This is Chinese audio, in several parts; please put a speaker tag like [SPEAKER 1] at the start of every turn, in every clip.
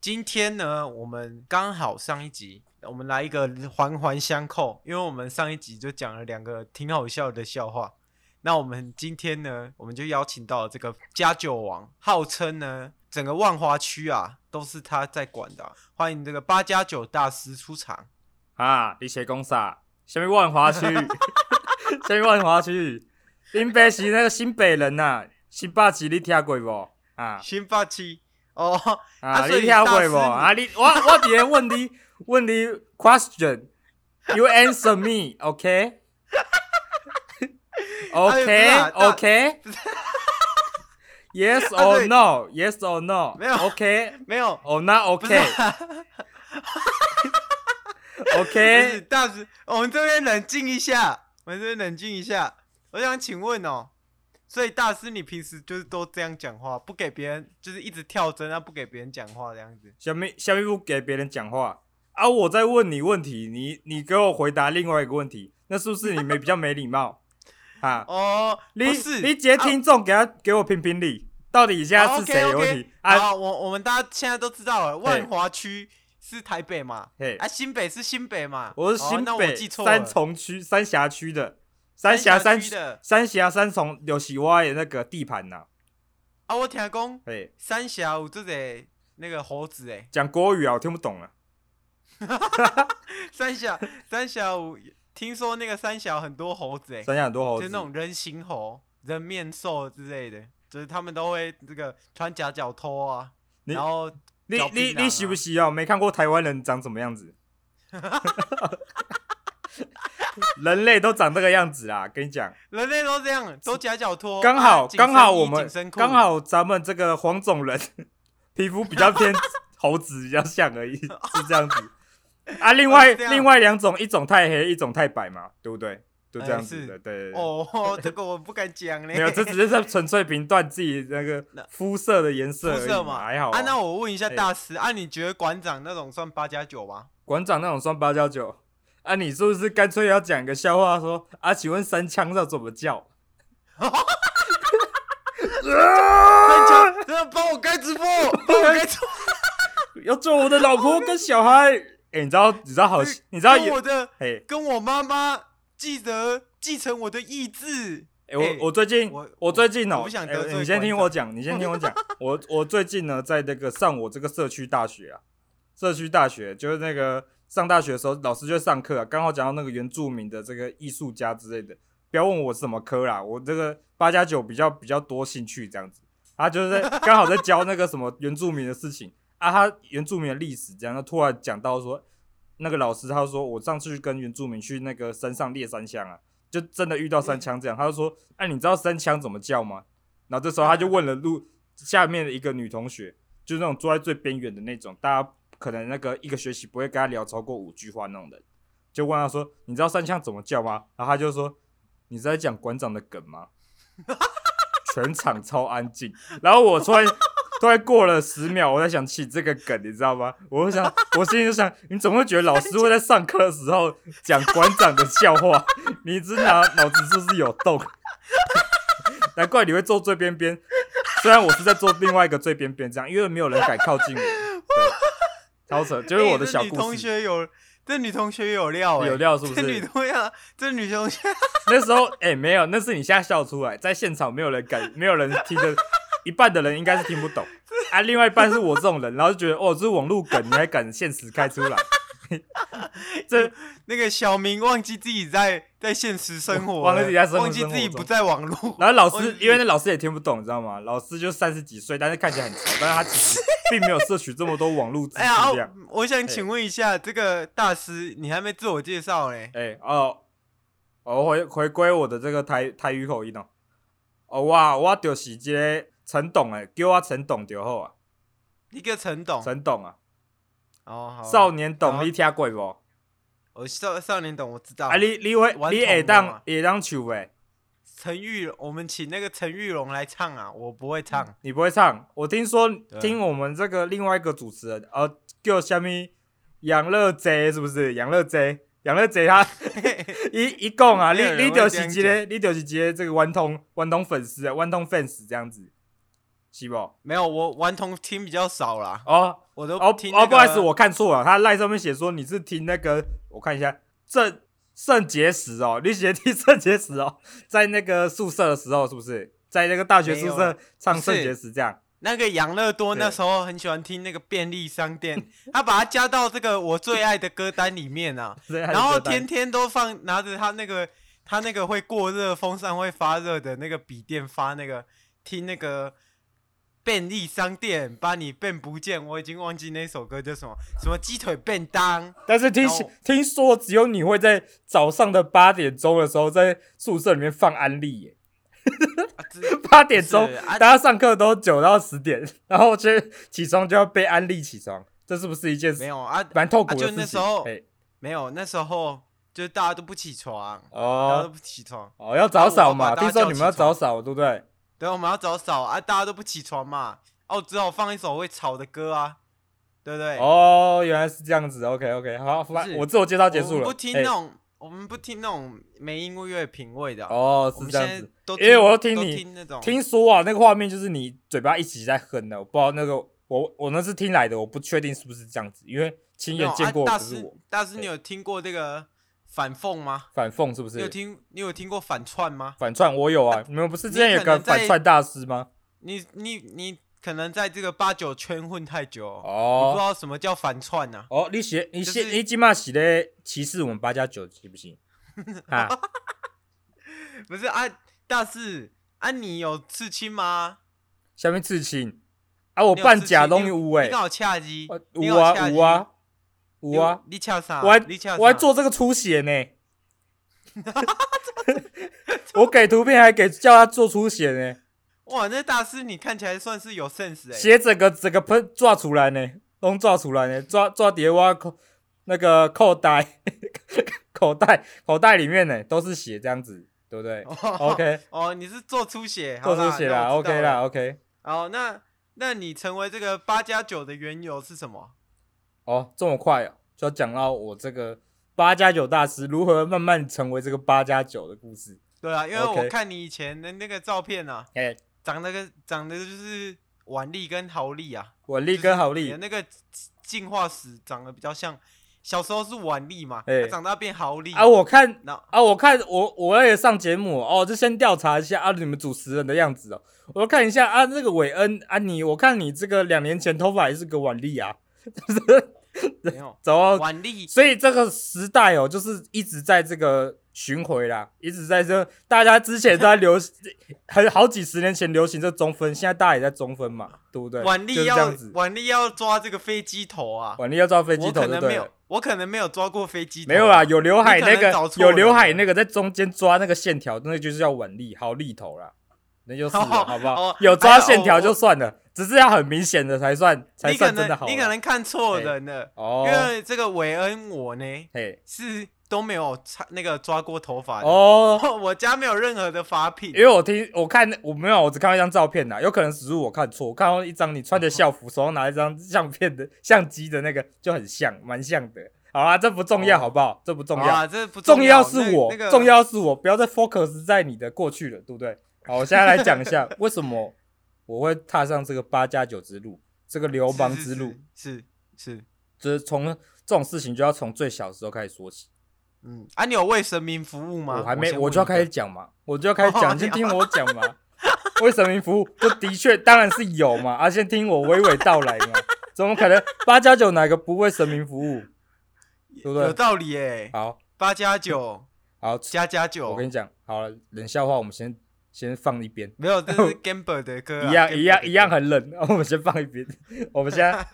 [SPEAKER 1] 今天呢，我们刚好上一集，我们来一个环环相扣，因为我们上一集就讲了两个挺好笑的笑话。那我们今天呢，我们就邀请到了这个家酒王，号称呢整个万华区啊都是他在管的啊、欢迎这个八加九大师出场。
[SPEAKER 2] 啊，你写公啥？下面万 华区，下面万华区，林北是那个新北人呐、新北市你听过无？啊
[SPEAKER 1] 新八七哦，啊
[SPEAKER 2] 啊，
[SPEAKER 1] 所以
[SPEAKER 2] 你听过
[SPEAKER 1] 大师
[SPEAKER 2] 无？啊，你我我直接问你问你 question，you answer me，OK？OK、
[SPEAKER 1] 哎呀
[SPEAKER 2] OK
[SPEAKER 1] 不是啊大
[SPEAKER 2] OK Yes
[SPEAKER 1] 啊
[SPEAKER 2] or
[SPEAKER 1] 对
[SPEAKER 2] no? Yes or no?
[SPEAKER 1] 没有
[SPEAKER 2] OK
[SPEAKER 1] 没有
[SPEAKER 2] or not
[SPEAKER 1] 不是啊
[SPEAKER 2] OK
[SPEAKER 1] 不是
[SPEAKER 2] OK？
[SPEAKER 1] 大师，我们这边冷静一下，我们这边冷静一下。我想请问哦，所以大师你平时就是都这样讲话，不给别人就是一直跳针啊，不给别人讲话这样子。
[SPEAKER 2] 下面下面不给别人讲话啊！我在问你问题，你你给我回答另外一个问题，那是不是你没比较没礼貌啊？
[SPEAKER 1] 哦，
[SPEAKER 2] 你
[SPEAKER 1] 不是
[SPEAKER 2] 你直接听众给他、给我评评理，到底现在
[SPEAKER 1] 好
[SPEAKER 2] 是谁有问题
[SPEAKER 1] OK，OK，
[SPEAKER 2] 啊？
[SPEAKER 1] 好，我我们大家现在都知道了，万华区是台北嘛，
[SPEAKER 2] 嘿，
[SPEAKER 1] 啊，新北是新北嘛，
[SPEAKER 2] 我是
[SPEAKER 1] 哦
[SPEAKER 2] 新
[SPEAKER 1] 那我
[SPEAKER 2] 北
[SPEAKER 1] 记错
[SPEAKER 2] 三
[SPEAKER 1] 了
[SPEAKER 2] 重区三峡区的，三峡
[SPEAKER 1] 三
[SPEAKER 2] 三
[SPEAKER 1] 峡区的
[SPEAKER 2] 三峡三重有喜蛙的那个地盘呐、
[SPEAKER 1] 啊，我听讲
[SPEAKER 2] 嘿，
[SPEAKER 1] 三峡有这个那个猴子欸诶，
[SPEAKER 2] 讲国语啊，我听不懂啊。
[SPEAKER 1] 三峡三峡有听说那个三峡很多猴子诶，欸
[SPEAKER 2] 三峡很多猴
[SPEAKER 1] 哎就
[SPEAKER 2] 子
[SPEAKER 1] 是那，种人形猴、人面兽之类的，就是他们都会这个穿夹脚拖啊，
[SPEAKER 2] 你
[SPEAKER 1] 然后
[SPEAKER 2] 你
[SPEAKER 1] 嚼槟
[SPEAKER 2] 你
[SPEAKER 1] 榔啊
[SPEAKER 2] 你喜不喜啊？没看过台湾人长什么 样子？人类都长这个样子啊！跟你讲，
[SPEAKER 1] 人类都这样，都夹脚拖。
[SPEAKER 2] 刚
[SPEAKER 1] 啊
[SPEAKER 2] 好
[SPEAKER 1] 紧身
[SPEAKER 2] 刚好
[SPEAKER 1] 衣
[SPEAKER 2] 我
[SPEAKER 1] 紧
[SPEAKER 2] 们
[SPEAKER 1] 身裤
[SPEAKER 2] 刚好咱们这个黄种人 皮肤比较偏猴子比较 像而已，是这样子啊。另外
[SPEAKER 1] 哦这样
[SPEAKER 2] 另外两种，一种太黑，一种太白嘛，对不对？就这样子的，
[SPEAKER 1] 哎是
[SPEAKER 2] 对对对。
[SPEAKER 1] 哦， 这个我不敢讲嘞。
[SPEAKER 2] 没有，这只是在纯粹评断自己那个
[SPEAKER 1] 那
[SPEAKER 2] 肤色的颜色
[SPEAKER 1] 肤
[SPEAKER 2] 而已
[SPEAKER 1] 色
[SPEAKER 2] 嘛，
[SPEAKER 1] 嘛。
[SPEAKER 2] 还好啊。
[SPEAKER 1] 啊，那我问一下
[SPEAKER 2] 哎
[SPEAKER 1] 大师，啊，你觉得馆长那种算八加九吗？
[SPEAKER 2] 馆长那种算八加九啊，你是不是干脆要讲个笑话说啊？请问三枪要怎么叫？
[SPEAKER 1] 三加，真的帮我开直 播，帮我开直播。
[SPEAKER 2] 要做我的老婆跟小孩？哎、你知道你知道好，你知道
[SPEAKER 1] 跟
[SPEAKER 2] 有
[SPEAKER 1] 我的，
[SPEAKER 2] 哎
[SPEAKER 1] 跟我妈妈记得继承我的意志。
[SPEAKER 2] 哎、我、
[SPEAKER 1] 哎
[SPEAKER 2] 我最近
[SPEAKER 1] 我
[SPEAKER 2] 我最近哦、
[SPEAKER 1] 我不想得罪
[SPEAKER 2] 哎你先
[SPEAKER 1] 馆
[SPEAKER 2] 听
[SPEAKER 1] 长
[SPEAKER 2] 我讲，你先听 我讲。我我最近呢，在那个上我这个社区大学啊，社区大学就是那个上大学的时候，老师就上课啊，刚好讲到那个原住民的这个艺术家之类的。不要问我什么科啦，我这个八加九比较比较多兴趣这样子。他就是在刚好在教那个什么原住民的事情啊，他原住民的历史这样，他突然讲到说，那个老师他说我上次去跟原住民去那个山上猎山枪啊，就真的遇到三枪这样，他就说，哎、你知道三枪怎么叫吗？然后这时候他就问了路下面的一个女同学，就是那种坐在最边缘的那种，大家可能那个一个学期不会跟他聊超过五句话那种人，就问他说，你知道三枪怎么叫吗？然后他就说，你是在讲馆长的梗吗？ 全场超安静，然后我突然突然过了十秒，我在想起这个梗，你知道吗？我就想，我心里就想，你怎么会觉得老师会在上课的时候讲馆长的笑话？你真脑脑子是不是有洞？ 难怪你会坐最边边，虽然我是在坐另外一个最边边，这样因为没有人敢靠近我。对，超扯，就是我的
[SPEAKER 1] 哎
[SPEAKER 2] 小
[SPEAKER 1] 这女
[SPEAKER 2] 故
[SPEAKER 1] 同
[SPEAKER 2] 事。
[SPEAKER 1] 学有，这女同学有料哎、
[SPEAKER 2] 有料是不是
[SPEAKER 1] 这女同学，这女同学，
[SPEAKER 2] 那时候哎、没有，那是你现在笑出来，在现场没有人敢，没有人听得，一半的人应该是听不懂啊，另外一半是我这种人，然后就觉得哦，这是网络梗，你还敢现实开出来？这
[SPEAKER 1] 那个小明忘记自己在在现实生活了，
[SPEAKER 2] 忘忘了自己在生活
[SPEAKER 1] 忘记自己
[SPEAKER 2] 生活中
[SPEAKER 1] 不在网络。
[SPEAKER 2] 然后老
[SPEAKER 1] 忘记
[SPEAKER 2] 师，因为那老师也听不懂，你知道吗？老师就三十几岁，但是看起来很潮，但是他其实并没有摄取这么多网络资
[SPEAKER 1] 哎呀
[SPEAKER 2] 讯量。，
[SPEAKER 1] 我想请问一下，这个大师，你还没自我介绍嘞？
[SPEAKER 2] 哎、哦，哦，回回归我的这个台台语口音哦。哦，哇，我就是一个陈董诶，叫我陈董就好啊。
[SPEAKER 1] 一个陈董，
[SPEAKER 2] 陈董啊，
[SPEAKER 1] 哦，好
[SPEAKER 2] 少年
[SPEAKER 1] 好
[SPEAKER 2] 董，你听过无？
[SPEAKER 1] 我少少年董我知道，
[SPEAKER 2] 啊，你你会
[SPEAKER 1] 顽童
[SPEAKER 2] 你会
[SPEAKER 1] 的
[SPEAKER 2] 当
[SPEAKER 1] 嘛
[SPEAKER 2] 会当唱诶？
[SPEAKER 1] 陈玉，我们请那个陈玉龙来唱啊，我不会唱，
[SPEAKER 2] 你不会唱？我听说
[SPEAKER 1] 啊
[SPEAKER 2] 听我们这个另外一个主持人，呃，叫虾米养乐 J 是不是？养乐 J，养乐 J 他一一共啊，
[SPEAKER 1] 没
[SPEAKER 2] 你
[SPEAKER 1] 有人
[SPEAKER 2] 你
[SPEAKER 1] 会
[SPEAKER 2] 就
[SPEAKER 1] 这样
[SPEAKER 2] 是一个你就是一个这个顽童顽童粉丝啊，顽童 fans 这样子，是不？
[SPEAKER 1] 没有，我顽童听比较少啦，
[SPEAKER 2] 哦
[SPEAKER 1] 我都
[SPEAKER 2] 哦
[SPEAKER 1] 听、那
[SPEAKER 2] 哦，不好意思，
[SPEAKER 1] 个
[SPEAKER 2] 我看错了，他赖上面写说你是听那个，我看一下郑肾结石哦，你写听肾结石哦， 在那个宿舍的时候是不是？在那个大学宿
[SPEAKER 1] 没有
[SPEAKER 2] 舍唱
[SPEAKER 1] 不
[SPEAKER 2] 肾
[SPEAKER 1] 是
[SPEAKER 2] 结石这样。
[SPEAKER 1] 那个养乐多
[SPEAKER 2] 对
[SPEAKER 1] 那时候很喜欢听那个便利商店，他把它加到这个我最爱的歌单里面啊，
[SPEAKER 2] 对
[SPEAKER 1] 然后天天都放拿着他那个他那个会过热、风扇会发热的那个笔电发那个听那个便利商店把你变不见，我已经忘记那首歌叫什么什么鸡腿便当，啊
[SPEAKER 2] 但是听
[SPEAKER 1] 然后
[SPEAKER 2] 听说只有你会在早上的八点钟的时候在宿舍里面放安利耶，
[SPEAKER 1] 啊 这
[SPEAKER 2] 八点钟
[SPEAKER 1] 不是啊
[SPEAKER 2] 大家上课都九到十点， 然后就起床就要被安利起床，这是不是一件
[SPEAKER 1] 没有啊
[SPEAKER 2] 蛮痛苦的
[SPEAKER 1] 啊
[SPEAKER 2] 事
[SPEAKER 1] 就
[SPEAKER 2] 情？
[SPEAKER 1] 那时候
[SPEAKER 2] 哎
[SPEAKER 1] 没有那时候就是大家都不起床，大家都
[SPEAKER 2] 哦
[SPEAKER 1] 不起床，
[SPEAKER 2] 哦要早扫嘛，
[SPEAKER 1] 啊我把
[SPEAKER 2] 听
[SPEAKER 1] 大家
[SPEAKER 2] 说你们要
[SPEAKER 1] 叫起床
[SPEAKER 2] 早扫对不对？
[SPEAKER 1] 对，我们要找嫂啊，大家都不起床嘛，哦、我只好放一首会吵的歌啊，对不对？
[SPEAKER 2] 哦，原来是这样子，OK OK，好，反
[SPEAKER 1] 是
[SPEAKER 2] 我自我介绍结
[SPEAKER 1] 我
[SPEAKER 2] 束
[SPEAKER 1] 们
[SPEAKER 2] 了，
[SPEAKER 1] 不听
[SPEAKER 2] 哎
[SPEAKER 1] 那种，我们不听那种没音乐品味的啊、
[SPEAKER 2] 哦
[SPEAKER 1] 我
[SPEAKER 2] 是
[SPEAKER 1] 们
[SPEAKER 2] 这
[SPEAKER 1] 现
[SPEAKER 2] 样
[SPEAKER 1] 在
[SPEAKER 2] 子。
[SPEAKER 1] 都
[SPEAKER 2] 因为我都听
[SPEAKER 1] 都
[SPEAKER 2] 你
[SPEAKER 1] 听那种，
[SPEAKER 2] 听说啊，那个画面就是你嘴巴一起在哼的，我不知道那个我我那是听来的，我不确定是不是这样子，因为亲
[SPEAKER 1] 没有
[SPEAKER 2] 眼见过，
[SPEAKER 1] 啊、大
[SPEAKER 2] 不是
[SPEAKER 1] 师
[SPEAKER 2] 我，
[SPEAKER 1] 大师，你
[SPEAKER 2] 对
[SPEAKER 1] 有听过这个反讽吗？
[SPEAKER 2] 反讽是不
[SPEAKER 1] 你有
[SPEAKER 2] 是？
[SPEAKER 1] 听你有听过反串吗？
[SPEAKER 2] 反串我有啊，你们不是之前有
[SPEAKER 1] 可能
[SPEAKER 2] 个反
[SPEAKER 1] 在
[SPEAKER 2] 串大师吗？
[SPEAKER 1] 你你你可能在这个八九圈混太久、你不知
[SPEAKER 2] 哦
[SPEAKER 1] 道什么叫反串呐、啊。
[SPEAKER 2] 哦，你写你写
[SPEAKER 1] 就是
[SPEAKER 2] 你今嘛写的歧视我们八加九行不行？ 啊，
[SPEAKER 1] 不是啊，大师啊，你有刺青吗？
[SPEAKER 2] 下面刺青啊，我
[SPEAKER 1] 你有
[SPEAKER 2] 办
[SPEAKER 1] 刺
[SPEAKER 2] 假
[SPEAKER 1] 青
[SPEAKER 2] 东
[SPEAKER 1] 你
[SPEAKER 2] 西
[SPEAKER 1] 有
[SPEAKER 2] 有
[SPEAKER 1] 你
[SPEAKER 2] 诶
[SPEAKER 1] 刚，好恰机
[SPEAKER 2] 啊，
[SPEAKER 1] 你
[SPEAKER 2] 有
[SPEAKER 1] 刚好
[SPEAKER 2] 啊
[SPEAKER 1] 恰
[SPEAKER 2] 有啊
[SPEAKER 1] 机
[SPEAKER 2] 有啊，
[SPEAKER 1] 你你恰啥？
[SPEAKER 2] 我还
[SPEAKER 1] 你恰啥
[SPEAKER 2] 我还做这个出血 呢。我给图片还给叫他做出血呢，
[SPEAKER 1] 哇，那大师你看起来算是有 sense 哎、
[SPEAKER 2] 血整个整个喷抓出来呢，拢抓出来呢，抓抓叠挖口那个口袋 口袋口袋里面呢都是血这样子，对不对？OK，
[SPEAKER 1] 哦，你是做出血， 好
[SPEAKER 2] 做出血啦
[SPEAKER 1] 那我知道
[SPEAKER 2] ，OK 啦
[SPEAKER 1] 了。
[SPEAKER 2] ，OK。
[SPEAKER 1] 哦，那那你成为这个八加九的缘由是什么？
[SPEAKER 2] 哦，这么快哦就要讲到我这个八加九大师如何慢慢成为这个八加九的故事。
[SPEAKER 1] 对啊，因为
[SPEAKER 2] OK
[SPEAKER 1] 我看你以前的那个照片啊，
[SPEAKER 2] 哎、
[SPEAKER 1] 长得跟长得就是腕力跟毫力啊，
[SPEAKER 2] 我力跟好
[SPEAKER 1] 你
[SPEAKER 2] 力
[SPEAKER 1] 的，那个进化史长得比较像，小时候是腕力嘛，
[SPEAKER 2] 哎
[SPEAKER 1] 他长大变毫力
[SPEAKER 2] 啊，我看
[SPEAKER 1] 然 后
[SPEAKER 2] 啊，我看我我也上节目哦，就先调查一下啊，你们主持人的样子哦，我看一下啊，那个韦恩啊，你我看你这个两年前头发也是个碗粒啊，
[SPEAKER 1] 没有
[SPEAKER 2] 然后
[SPEAKER 1] 腕力
[SPEAKER 2] 所以这个时代哦，就是一直在这个巡回啦，一直在这大家之前都在流行，很好几十年前流行这中分，现在大家也在中分嘛，对不对？
[SPEAKER 1] 腕力
[SPEAKER 2] 就是这
[SPEAKER 1] 要
[SPEAKER 2] 样子，
[SPEAKER 1] 腕力要抓这个飞机头啊，
[SPEAKER 2] 碗粒要抓飞机
[SPEAKER 1] 我
[SPEAKER 2] 头
[SPEAKER 1] 可
[SPEAKER 2] 就
[SPEAKER 1] 能
[SPEAKER 2] 对
[SPEAKER 1] 没
[SPEAKER 2] 了
[SPEAKER 1] 有。，我可能没有抓过飞机头，啊
[SPEAKER 2] 没有啦，有刘海那
[SPEAKER 1] 哦你可能
[SPEAKER 2] 个
[SPEAKER 1] 找，错
[SPEAKER 2] 有
[SPEAKER 1] 人
[SPEAKER 2] 刘海那个在中间抓那个线条，那个就是叫腕力，好力头啦，那就是了，
[SPEAKER 1] 哦
[SPEAKER 2] 好不好
[SPEAKER 1] 哦？
[SPEAKER 2] 有抓线条
[SPEAKER 1] 哎呦
[SPEAKER 2] 就算了，只是要很明显的才算才
[SPEAKER 1] 你可
[SPEAKER 2] 算真的
[SPEAKER 1] 能
[SPEAKER 2] 好啦。啊哎
[SPEAKER 1] 你可能看错人了，因
[SPEAKER 2] 哦，
[SPEAKER 1] 为这个韦恩我呢
[SPEAKER 2] 嘿，
[SPEAKER 1] 是都没有擦那个抓过头发的，
[SPEAKER 2] 哦， 哎
[SPEAKER 1] 我家没有任何的发品
[SPEAKER 2] 因，为我听我看我没有，我只看到一张照片啦，有可能只是我看错，我看到一张你穿着校服，手上拿一张相片的相机的那个就很像，蛮像的。好啦，这不重要，
[SPEAKER 1] 哦
[SPEAKER 2] 好不好？这不重要，
[SPEAKER 1] 啊，这不
[SPEAKER 2] 重
[SPEAKER 1] 要
[SPEAKER 2] 要是我，
[SPEAKER 1] 那那个
[SPEAKER 2] 重要是我，不要再 focus 在你的过去了，对不对？好，我现在来讲 一下为什么我会踏上这个八加九之路，这个流氓之路，
[SPEAKER 1] 是是是是，
[SPEAKER 2] 就是从这种事情就要从最小的时候开始说起。
[SPEAKER 1] 嗯，啊，你有为神明服务吗？
[SPEAKER 2] 我还没，
[SPEAKER 1] 先
[SPEAKER 2] 我
[SPEAKER 1] 问
[SPEAKER 2] 就要
[SPEAKER 1] 一
[SPEAKER 2] 开始
[SPEAKER 1] 个
[SPEAKER 2] 讲嘛，我就要开始讲，
[SPEAKER 1] 哦
[SPEAKER 2] 你先
[SPEAKER 1] 你
[SPEAKER 2] 听我讲嘛。为神明服务，这的确当然是有嘛，啊，先听我娓娓道来嘛，怎么可能八加九哪个不为神明服务？对不
[SPEAKER 1] 有
[SPEAKER 2] 对？
[SPEAKER 1] 道理耶，
[SPEAKER 2] 好
[SPEAKER 1] 八加九
[SPEAKER 2] 好，
[SPEAKER 1] 加加九
[SPEAKER 2] 我，跟你讲，好了，冷笑话我们先先放一边。
[SPEAKER 1] 没有，这 是 Gamble 的歌啊，
[SPEAKER 2] 一样
[SPEAKER 1] Gamble
[SPEAKER 2] 一样
[SPEAKER 1] 的
[SPEAKER 2] 一样
[SPEAKER 1] 歌，
[SPEAKER 2] 很冷， 我们先放 一边。我们现在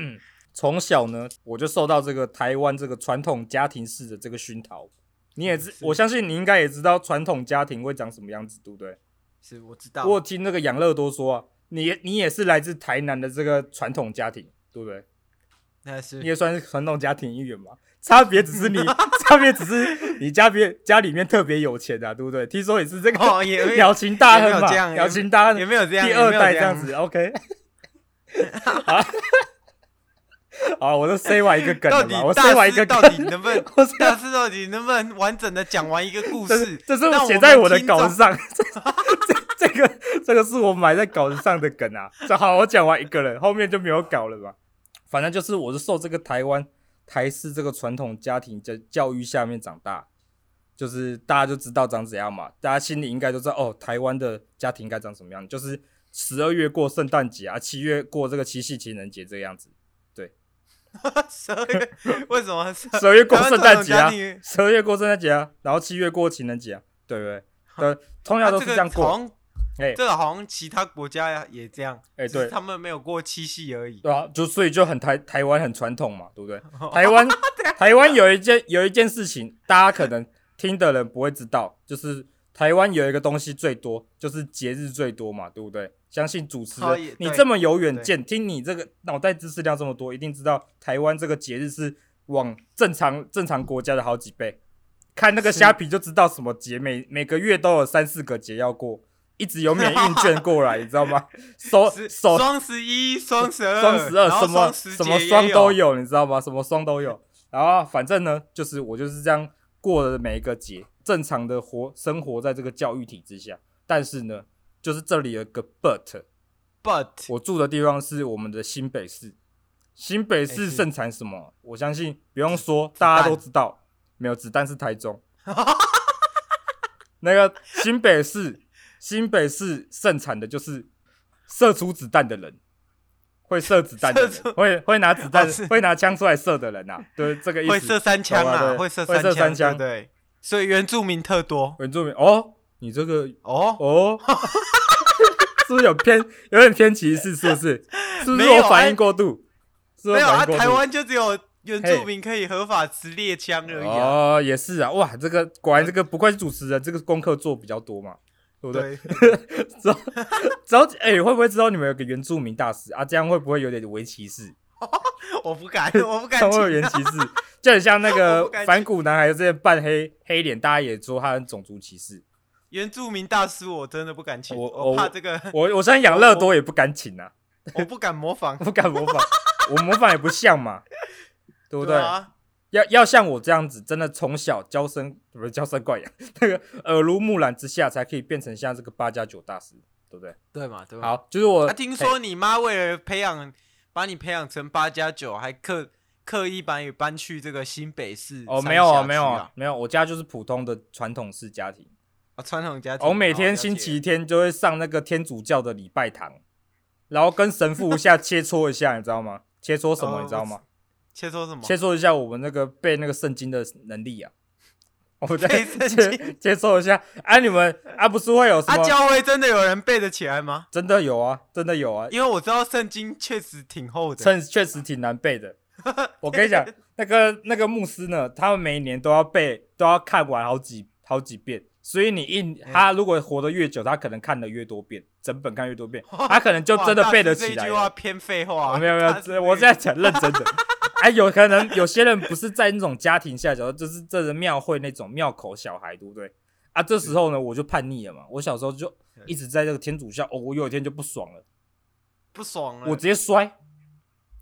[SPEAKER 2] 从小呢，我就受到这个台湾这个传统家庭式的这个熏陶。你也知，
[SPEAKER 1] 嗯是
[SPEAKER 2] 我相信你应该也知道传统家庭会长什么样子，对不对？
[SPEAKER 1] 是我知道，
[SPEAKER 2] 我有听那个养乐多说啊，你你也是来自台南的这个传统家庭，对不对？
[SPEAKER 1] 那
[SPEAKER 2] 你
[SPEAKER 1] 是
[SPEAKER 2] 也算是传统家庭一员嘛，差别只是你，差别只是你家别家里面特别有钱啊，对不对？听说也是这 个
[SPEAKER 1] 哦 也没有
[SPEAKER 2] 表情大
[SPEAKER 1] 也没有
[SPEAKER 2] 亨
[SPEAKER 1] 这
[SPEAKER 2] 嘛，
[SPEAKER 1] 样
[SPEAKER 2] 表情大
[SPEAKER 1] 也
[SPEAKER 2] 亨，
[SPEAKER 1] 没有这样，
[SPEAKER 2] 第
[SPEAKER 1] 也
[SPEAKER 2] 二
[SPEAKER 1] 没有
[SPEAKER 2] 代
[SPEAKER 1] 这
[SPEAKER 2] 这
[SPEAKER 1] 样
[SPEAKER 2] 样子，OK。好，好我都塞完一个梗
[SPEAKER 1] 到
[SPEAKER 2] 了
[SPEAKER 1] 底
[SPEAKER 2] 嘛，我塞
[SPEAKER 1] 大
[SPEAKER 2] 完一
[SPEAKER 1] 师
[SPEAKER 2] 个梗
[SPEAKER 1] 到，底能不能
[SPEAKER 2] 我塞
[SPEAKER 1] 大师到底能不能完整的讲完一个故
[SPEAKER 2] 这是
[SPEAKER 1] 事？
[SPEAKER 2] 这是我
[SPEAKER 1] 让
[SPEAKER 2] 写在
[SPEAKER 1] 们
[SPEAKER 2] 我的
[SPEAKER 1] 听
[SPEAKER 2] 稿
[SPEAKER 1] 众
[SPEAKER 2] 子上， 这这这个这个是我埋在稿子上的梗啊。这好，我讲完一个人，后面就没有稿了嘛。反正就是我是受这个台湾台式这个传统家庭的教育下面长大，就是大家就知道长怎样嘛，大家心里应该都知道哦，台湾的家庭应该长什么样，就是十二月过圣诞节啊，七月过这个七夕情人节这个样子，
[SPEAKER 1] 十二月为什么是
[SPEAKER 2] 十二月过
[SPEAKER 1] 台湾
[SPEAKER 2] 圣
[SPEAKER 1] 传
[SPEAKER 2] 诞
[SPEAKER 1] 统
[SPEAKER 2] 节
[SPEAKER 1] 家
[SPEAKER 2] 啊，
[SPEAKER 1] 庭
[SPEAKER 2] 十二月过圣诞节啊，然后七月过情人节啊，对不对？对，通常
[SPEAKER 1] 啊
[SPEAKER 2] 都
[SPEAKER 1] 这
[SPEAKER 2] 是
[SPEAKER 1] 个
[SPEAKER 2] 这样过
[SPEAKER 1] 好。像
[SPEAKER 2] 哎
[SPEAKER 1] 这个好像其他国家也这样，
[SPEAKER 2] 哎
[SPEAKER 1] 只是
[SPEAKER 2] 对
[SPEAKER 1] 他们没有过七夕而已。
[SPEAKER 2] 对啊，就所以就很台台湾很传统嘛，对不对？
[SPEAKER 1] 哦
[SPEAKER 2] 台湾
[SPEAKER 1] 啊
[SPEAKER 2] 台湾有一件有一件事情，大家可能听的人不会知道，就是台湾有一个东西最多，就是节日最多嘛，对不对？相信主持
[SPEAKER 1] 哦也
[SPEAKER 2] 人你
[SPEAKER 1] 对
[SPEAKER 2] 这么有远见，听你这个脑袋知识量这么多，一定知道台湾这个节日是往正常正常国家的好几倍。看那个虾皮就知道什么节，每每个月都有三四个节要过，一直有免运券过来，你知 道吗？手
[SPEAKER 1] 是
[SPEAKER 2] 哦手
[SPEAKER 1] 双十一、双十二、
[SPEAKER 2] 双十二
[SPEAKER 1] 然后
[SPEAKER 2] 什么
[SPEAKER 1] 双十
[SPEAKER 2] 什么
[SPEAKER 1] 节也
[SPEAKER 2] 双都
[SPEAKER 1] 有。
[SPEAKER 2] 有，你知道吗？什么双都有。然后反正呢，就是我就是这样过了每一个节，正常的活生活在这个教育体制下。但是呢，就是这里有一个 but，
[SPEAKER 1] But
[SPEAKER 2] 我住的地方是我们的新北市，新北
[SPEAKER 1] 哎是
[SPEAKER 2] 市盛产什么？我相信不用说，大家
[SPEAKER 1] 弹
[SPEAKER 2] 都知道。没有，子弹是台中。 那个新北市，新北市盛产的就是射出子弹的人，会射子弹的
[SPEAKER 1] 射出
[SPEAKER 2] 人，会会拿子弹、
[SPEAKER 1] 哦是
[SPEAKER 2] 会拿枪出来射的人呐、啊，对这个意思。
[SPEAKER 1] 会射三枪
[SPEAKER 2] 懂
[SPEAKER 1] 啊，
[SPEAKER 2] 吧对
[SPEAKER 1] 射
[SPEAKER 2] 会射
[SPEAKER 1] 三枪，
[SPEAKER 2] 三
[SPEAKER 1] 对
[SPEAKER 2] 枪
[SPEAKER 1] 不对。所以原住民特多
[SPEAKER 2] 原住民哦，你这个
[SPEAKER 1] 哦，
[SPEAKER 2] 哦， 是不是有偏有点偏歧视？是不是？是不
[SPEAKER 1] 没
[SPEAKER 2] 是
[SPEAKER 1] 有
[SPEAKER 2] 我
[SPEAKER 1] 啊
[SPEAKER 2] 反应过度？是不
[SPEAKER 1] 没
[SPEAKER 2] 是
[SPEAKER 1] 有
[SPEAKER 2] 我
[SPEAKER 1] 啊，
[SPEAKER 2] 反应过
[SPEAKER 1] 台
[SPEAKER 2] 度？
[SPEAKER 1] 湾就只有原住民可以合法持猎枪而已啊。
[SPEAKER 2] 哦，也是啊，哇，这个果然这个不愧是主持人，这个功课做比较多嘛，对不哦对？
[SPEAKER 1] 对，
[SPEAKER 2] 知道知道哎、会不会知道你们有个原住民大师啊？这样会不会有点为歧视？
[SPEAKER 1] 我不 敢，我不敢
[SPEAKER 2] 他会有
[SPEAKER 1] 讲。
[SPEAKER 2] 点歧视， 就很像 那
[SPEAKER 1] 我
[SPEAKER 2] 个
[SPEAKER 1] 不敢
[SPEAKER 2] 反骨男孩之前扮黑黑脸，大家也说他很种族 歧视。
[SPEAKER 1] 原住民大师，我真的不敢请，
[SPEAKER 2] 我
[SPEAKER 1] 我
[SPEAKER 2] 我
[SPEAKER 1] 怕这个，
[SPEAKER 2] 我我相信养乐多也不敢请啊，
[SPEAKER 1] 我不敢模仿，
[SPEAKER 2] 不敢 模仿，我模仿也不像嘛，对不对？
[SPEAKER 1] 啊？
[SPEAKER 2] 要要像我这样子，真的从小娇生不是娇生惯养，那个耳濡目染之下，才可以变成像这个八加九大师，对不对？
[SPEAKER 1] 对嘛，对嘛。
[SPEAKER 2] 好，就是我、哎
[SPEAKER 1] 啊，听说你妈为了培养，把你培养成八加九，还刻刻意把你搬去这个新北市。
[SPEAKER 2] 哦，没有啊，
[SPEAKER 1] 啊，
[SPEAKER 2] 没有啊
[SPEAKER 1] 啊，，
[SPEAKER 2] 没有，我家就是普通的传统式家庭。
[SPEAKER 1] 哦传统家庭。
[SPEAKER 2] 我每
[SPEAKER 1] 哦
[SPEAKER 2] 天星期天就会上那个天主教的礼拜堂，然后跟神父 一下切磋一下，你知道吗？切磋什
[SPEAKER 1] 哦
[SPEAKER 2] 么？你知道吗？
[SPEAKER 1] 切磋什么？
[SPEAKER 2] 切磋一下我们那个背那个圣经的能力啊。我 们再
[SPEAKER 1] 背圣
[SPEAKER 2] 切
[SPEAKER 1] 经
[SPEAKER 2] 切磋一下啊！你们啊，不是会有什
[SPEAKER 1] 啊，
[SPEAKER 2] 么？
[SPEAKER 1] 教会真的有人背得起来吗？
[SPEAKER 2] 真的有啊，真的有啊，
[SPEAKER 1] 因为我知道圣经确实挺厚的。
[SPEAKER 2] 趁确实挺难背的。我跟 你讲，那个那个牧师呢，他们每一年都要背，都要看完好几好几遍。所以你
[SPEAKER 1] 嗯
[SPEAKER 2] 一他如果活得越久，他可能看得越多遍，整本看越多遍，他可能就
[SPEAKER 1] 哇
[SPEAKER 2] 真的
[SPEAKER 1] 大
[SPEAKER 2] 背
[SPEAKER 1] 师
[SPEAKER 2] 得
[SPEAKER 1] 这
[SPEAKER 2] 起
[SPEAKER 1] 一
[SPEAKER 2] 来
[SPEAKER 1] 句话
[SPEAKER 2] 了。
[SPEAKER 1] 偏废话。
[SPEAKER 2] 哦没有没有
[SPEAKER 1] 大师
[SPEAKER 2] 这，我
[SPEAKER 1] 这
[SPEAKER 2] 现在讲认真的。哎，有可能有些人不是在那种家庭下小，就是这是庙会那种庙口小孩，对不对？啊，这时候呢，我就叛逆了嘛。我小时候就一直在这个天主教，哦，我有一天就不爽了，
[SPEAKER 1] 不爽了，
[SPEAKER 2] 我直接摔，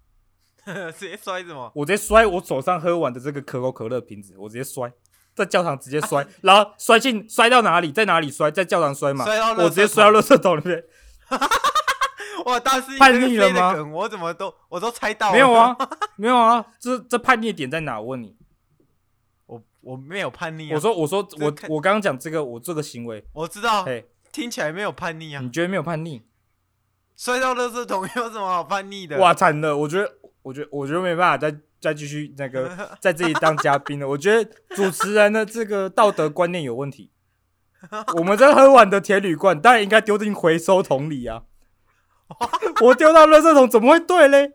[SPEAKER 1] 直接摔什么？
[SPEAKER 2] 我直接摔我手上喝完的这个可口可乐瓶子，我直接摔，在教堂直接
[SPEAKER 1] 啊
[SPEAKER 2] 摔，然后摔进摔到哪里，在哪里摔，在教堂摔嘛，
[SPEAKER 1] 摔到垃圾桶哦
[SPEAKER 2] 我直接摔到垃圾桶里面，
[SPEAKER 1] 哇，大师你
[SPEAKER 2] 叛
[SPEAKER 1] 这个
[SPEAKER 2] 逆了
[SPEAKER 1] 飞的
[SPEAKER 2] 吗
[SPEAKER 1] 梗我怎么都我都猜到了。
[SPEAKER 2] 没有，啊，没有啊，这这叛逆点在哪？我问你，
[SPEAKER 1] 我我没有叛逆啊。
[SPEAKER 2] 我说我说
[SPEAKER 1] 这
[SPEAKER 2] 我
[SPEAKER 1] 看哦
[SPEAKER 2] 我刚刚讲这个我这个行为，
[SPEAKER 1] 我知道，
[SPEAKER 2] 哎，
[SPEAKER 1] 听起来没有叛逆啊
[SPEAKER 2] 你。觉得没有叛逆？
[SPEAKER 1] 摔到垃圾桶有什么好叛逆的？
[SPEAKER 2] 哇，惨了，我觉得我觉得我觉得没办法再再继续 那个在这里当嘉宾了，我觉得主持人的这个道德观念有问题。我们这喝完的铁铝罐，当然应该丢进回收桶里啊。 我丢到垃圾桶怎么会对嘞？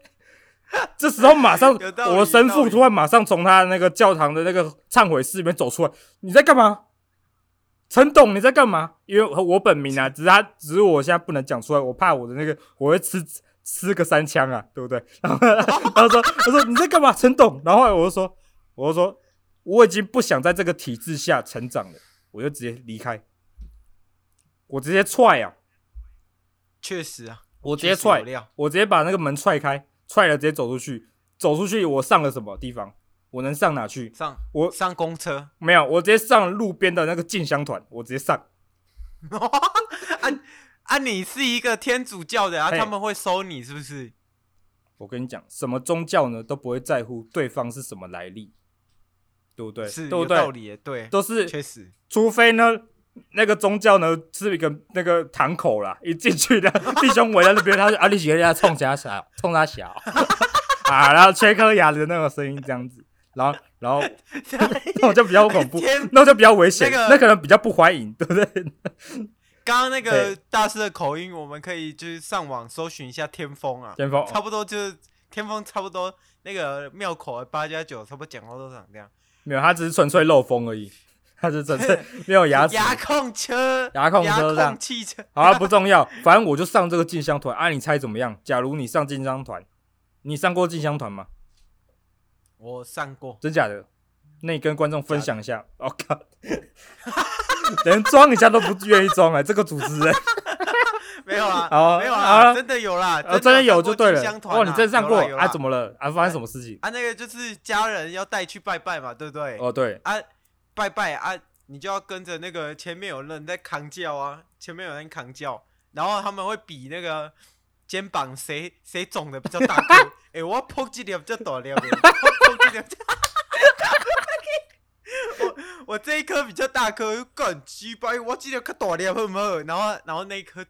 [SPEAKER 2] 这时候马上
[SPEAKER 1] 有道理
[SPEAKER 2] 我的神
[SPEAKER 1] 有道
[SPEAKER 2] 父
[SPEAKER 1] 理
[SPEAKER 2] 突然马上从他那个教堂的那个忏悔室里面走出来，你在干嘛？陈董你在干嘛？因为我本名啊，只是他只是我现在不能讲出来，我怕我的那个我会吃吃个三枪啊，对不对？ 然后然后说我说你在干嘛，陈董？然后后来我就说我就说我已经不想在这个体制下成长了，我就直接离开，我直接踹啊，
[SPEAKER 1] 确实啊，
[SPEAKER 2] 我直
[SPEAKER 1] 确
[SPEAKER 2] 接
[SPEAKER 1] 实有
[SPEAKER 2] 踹，
[SPEAKER 1] 料，
[SPEAKER 2] 我直接把那个门踹开，踹了直接走出去，走出去我上了什么地方？我能上哪去？
[SPEAKER 1] 上
[SPEAKER 2] 我
[SPEAKER 1] 上公车
[SPEAKER 2] 没有，我直接上路边的那个进香团，我直接上。
[SPEAKER 1] 啊啊！你是一个天主教的啊，
[SPEAKER 2] 嘿
[SPEAKER 1] 他们会收你是不是？
[SPEAKER 2] 我跟你讲，什么宗教呢都不会在乎对方是什么来历，对不对？
[SPEAKER 1] 是
[SPEAKER 2] 对不
[SPEAKER 1] 有道
[SPEAKER 2] 对？
[SPEAKER 1] 理耶，对，
[SPEAKER 2] 都是
[SPEAKER 1] 确 实。
[SPEAKER 2] 除非呢，那个宗教呢是一个那个堂口啦，一进去的弟兄围在那边，他说啊，你几个人家冲他小，冲他小 啊，然后缺颗牙的那种声音这样子，然后然后 那我就比较恐 怖
[SPEAKER 1] 天，
[SPEAKER 2] 那我就比较危险，
[SPEAKER 1] 那个
[SPEAKER 2] 那可能比较不欢迎， 对不对？
[SPEAKER 1] 刚刚那个
[SPEAKER 2] 对
[SPEAKER 1] 大师的口音，我们可以就是上网搜寻一下天风啊，
[SPEAKER 2] 先锋，
[SPEAKER 1] 差不多就是天风，差不多那个庙口的八加九，差不多讲话都长这样。
[SPEAKER 2] 没有，他只是纯粹漏风而已， 他只是 纯粹没有牙齿，
[SPEAKER 1] 牙控车，
[SPEAKER 2] 牙控车这
[SPEAKER 1] 牙控
[SPEAKER 2] 样。
[SPEAKER 1] 汽车，
[SPEAKER 2] 好、啊，不重要，反正我就上这个进香团啊。你猜怎么样？假如你上进香团，你上过进香团吗？
[SPEAKER 1] 我上过，
[SPEAKER 2] 真假的？那你跟观众分享一下。我、靠， 连装一下都不愿意装哎、这个主持 人
[SPEAKER 1] 没有啊，
[SPEAKER 2] 好
[SPEAKER 1] 没有
[SPEAKER 2] 好了
[SPEAKER 1] 啊，真的有啦，
[SPEAKER 2] 啊，真的有
[SPEAKER 1] 上
[SPEAKER 2] 就
[SPEAKER 1] 过
[SPEAKER 2] 对
[SPEAKER 1] 进
[SPEAKER 2] 了
[SPEAKER 1] 香。团啊
[SPEAKER 2] 哦，你真的上过
[SPEAKER 1] 有啦有啦
[SPEAKER 2] 啊？怎么了？啊，发生什么事情？
[SPEAKER 1] 啊？那个就是家人要带去拜拜嘛，对不对？
[SPEAKER 2] 哦，对，
[SPEAKER 1] 啊，拜拜啊，你就要跟着那个前面有人在扛轿啊，前面有人扛轿，然后他们会比那个肩膀谁谁肿的比较大颗。哎、我破几粒比较大粒的，我破几粒比较。 我我这一颗比较大颗，干鸡巴，我这粒较大粒好不好？然后然后那一颗，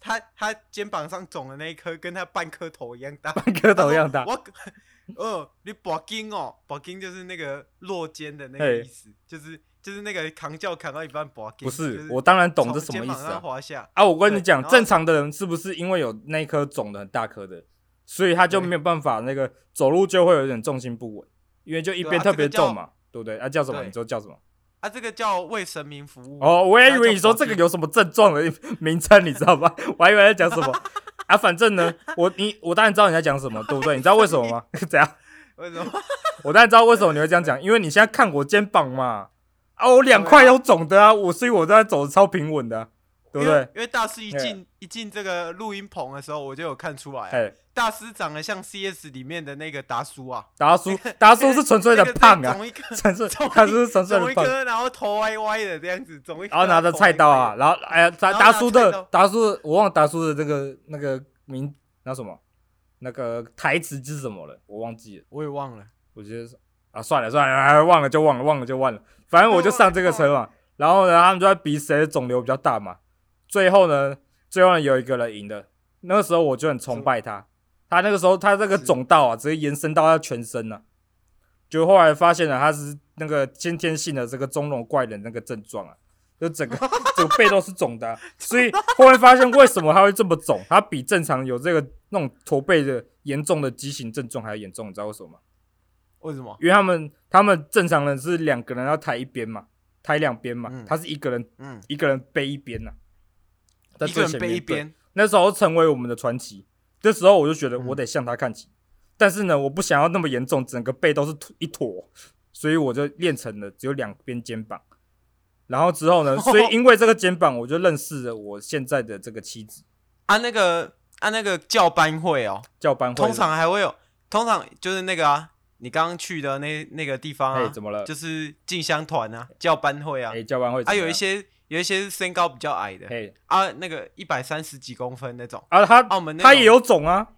[SPEAKER 1] 他他肩膀上肿的那一颗，跟他半颗头一样大。
[SPEAKER 2] 跟头一样啊大。
[SPEAKER 1] 哦我，呃，你拔筋哦，拔筋就是那个落肩的那
[SPEAKER 2] 嘿
[SPEAKER 1] 个意思，就是就是那个扛轿扛到一半拔筋。
[SPEAKER 2] 不是
[SPEAKER 1] 就，
[SPEAKER 2] 我当然懂
[SPEAKER 1] 从
[SPEAKER 2] 这什么意
[SPEAKER 1] 肩
[SPEAKER 2] 思
[SPEAKER 1] 膀上
[SPEAKER 2] 啊。
[SPEAKER 1] 滑下，
[SPEAKER 2] 啊，我跟你讲，
[SPEAKER 1] 对然后
[SPEAKER 2] 正常的人是不是因为有那一颗肿的很大颗的，所以他就没有办法那个走路就会有点重心不稳，因为就一
[SPEAKER 1] 对啊
[SPEAKER 2] 边
[SPEAKER 1] 这
[SPEAKER 2] 特
[SPEAKER 1] 个
[SPEAKER 2] 别
[SPEAKER 1] 叫
[SPEAKER 2] 重嘛，对不对？啊，叫什么？
[SPEAKER 1] 对
[SPEAKER 2] 你说叫什么？
[SPEAKER 1] 啊，这个叫为神明服务。
[SPEAKER 2] 哦，我也以
[SPEAKER 1] 它
[SPEAKER 2] 为
[SPEAKER 1] 叫
[SPEAKER 2] 你说
[SPEAKER 1] 保
[SPEAKER 2] 这个
[SPEAKER 1] 健
[SPEAKER 2] 有什么症状的 名称，你知道吧？我还以为在讲什 么啊，反正呢，我你我当然知道你在讲什么，对不对？你知道为什么吗？ 怎样？
[SPEAKER 1] 为什么？
[SPEAKER 2] 我当然知道为什么你会这样讲，因为你现在看我肩膀嘛，啊，我两块
[SPEAKER 1] 对啊
[SPEAKER 2] 都肿的啊，我所以我在走的超平稳的啊、对不
[SPEAKER 1] 因为
[SPEAKER 2] 对？
[SPEAKER 1] 因为大师一
[SPEAKER 2] 对
[SPEAKER 1] 进一进这个录音棚的时候，我就有看出来啊、
[SPEAKER 2] 哎，
[SPEAKER 1] 大师长得像 CS 里面的那个达叔啊，
[SPEAKER 2] 达叔，达叔是纯粹的
[SPEAKER 1] 那个
[SPEAKER 2] 胖啊，
[SPEAKER 1] 肿一颗，
[SPEAKER 2] 纯粹，
[SPEAKER 1] 肿一
[SPEAKER 2] 他是纯粹
[SPEAKER 1] 肿
[SPEAKER 2] 的
[SPEAKER 1] 一
[SPEAKER 2] 胖，
[SPEAKER 1] 颗，然后头歪歪的这样子，肿一颗，
[SPEAKER 2] 然后拿着
[SPEAKER 1] 头
[SPEAKER 2] 菜刀
[SPEAKER 1] 歪歪的
[SPEAKER 2] 啊，，然后哎呀，达
[SPEAKER 1] 然后拿
[SPEAKER 2] 达叔
[SPEAKER 1] 菜刀
[SPEAKER 2] 的达叔的，我忘了达叔的那个那个名那什么那个台词是什么了，我忘记了。
[SPEAKER 1] 我也忘了。
[SPEAKER 2] 我觉得是啊，算了算了，哎忘了就忘了，忘了就忘了，反正我就上这个车嘛。然后呢，他们就在比谁的肿瘤比较大嘛。最后呢，最后呢有一个人赢了，那个时候我就很崇拜他。他那个时候他这个
[SPEAKER 1] 是
[SPEAKER 2] 肿到啊，直接延伸到他全身了、就后来发现了他是那个先天性的这个中龙怪人那个症状啊，就整个整个背都是肿的啊、所以后来发现为什么他会这么肿，他比正常有这个那种驼背的严重的畸形症状还要严重，你知道为什么吗？
[SPEAKER 1] 为什么？
[SPEAKER 2] 因为他们他们正常人是两个人要抬一边嘛，抬两边嘛，
[SPEAKER 1] 嗯
[SPEAKER 2] 他是一个人
[SPEAKER 1] 嗯，
[SPEAKER 2] 一个人背一边呐、在
[SPEAKER 1] 一个
[SPEAKER 2] 最
[SPEAKER 1] 人
[SPEAKER 2] 前
[SPEAKER 1] 背
[SPEAKER 2] 面
[SPEAKER 1] 一。边，
[SPEAKER 2] 对那时候成为我们的传奇，这时候我就觉得
[SPEAKER 1] 嗯
[SPEAKER 2] 我得向他看齐，但是呢，我不想要那么严重，整个背都是坨一坨，所以我就练成了只有两边肩膀。然后之后 呢，所以因为这个肩膀，我就认识了我现在的这个妻子，
[SPEAKER 1] 啊，那个啊，那个教班会哦，
[SPEAKER 2] 叫班会的。
[SPEAKER 1] 通常还会有，通常就是那个啊，你刚刚去的那那个地方
[SPEAKER 2] 哎，
[SPEAKER 1] 啊，
[SPEAKER 2] 怎么了？
[SPEAKER 1] 就是进香团啊，教班会啊，
[SPEAKER 2] 哎，教班会怎
[SPEAKER 1] 啊，
[SPEAKER 2] 么样
[SPEAKER 1] 有一些有一些身高比较矮的
[SPEAKER 2] 哎
[SPEAKER 1] 啊，那个一百三十几公分那种，
[SPEAKER 2] 啊，他
[SPEAKER 1] 澳门那
[SPEAKER 2] 他
[SPEAKER 1] 种
[SPEAKER 2] 也有肿啊，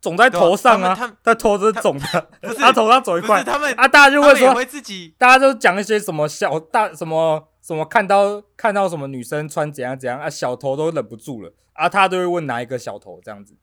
[SPEAKER 2] 肿在头上
[SPEAKER 1] 对啊他们
[SPEAKER 2] 啊，他头是肿的，
[SPEAKER 1] 不是
[SPEAKER 2] 他头上肿一
[SPEAKER 1] 不是
[SPEAKER 2] 块
[SPEAKER 1] 他们，
[SPEAKER 2] 啊，大家就
[SPEAKER 1] 他
[SPEAKER 2] 会
[SPEAKER 1] 们也
[SPEAKER 2] 说，
[SPEAKER 1] 会自己
[SPEAKER 2] 大家就讲一些什么小大什么什么看到看到什么女生穿怎样怎样啊，小头都忍不住了啊，他都会问哪一个小头这样子，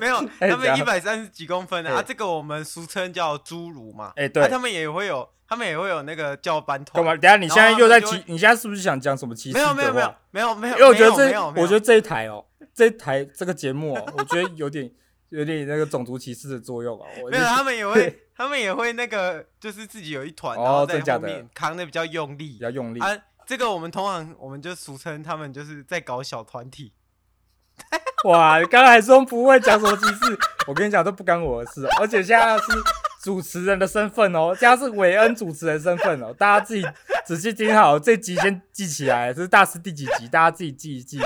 [SPEAKER 1] 没有，
[SPEAKER 2] 哎
[SPEAKER 1] 他
[SPEAKER 2] 怎样
[SPEAKER 1] 们一百三十几公分的啊，
[SPEAKER 2] 哎
[SPEAKER 1] 这个我们俗称叫侏儒嘛，
[SPEAKER 2] 哎对
[SPEAKER 1] 啊他们也会有，他们也会有那个教班团
[SPEAKER 2] 干嘛？，等一下你现在又在
[SPEAKER 1] 然后他们
[SPEAKER 2] 歧
[SPEAKER 1] 就，
[SPEAKER 2] 你现在是不是想讲什么歧视
[SPEAKER 1] 没
[SPEAKER 2] 的
[SPEAKER 1] 有
[SPEAKER 2] 话？
[SPEAKER 1] 没有没有没有没有，
[SPEAKER 2] 因为我觉得
[SPEAKER 1] 没
[SPEAKER 2] 这
[SPEAKER 1] 有，没有
[SPEAKER 2] 我觉得这一台哦，这一台这个节目哦，我觉得有点有点那个种族歧视的作用啊，我
[SPEAKER 1] 没
[SPEAKER 2] 就
[SPEAKER 1] 有，他们也会，他们也会那个，就是自己有一团，
[SPEAKER 2] 哦
[SPEAKER 1] 然后在
[SPEAKER 2] 真假
[SPEAKER 1] 后
[SPEAKER 2] 的
[SPEAKER 1] 面扛的比较用力
[SPEAKER 2] 比较用力
[SPEAKER 1] 啊。这个我们同行我们就俗称他们就是在搞小团体，
[SPEAKER 2] 哇，刚才说不会讲什么歧视，我跟你讲都不干我的事，哦而且现在是主持人的身份哦，现在是韦恩主持人身份哦，大家自己仔细听好，这集先记起来，这是大师第几集，大家自己记一记。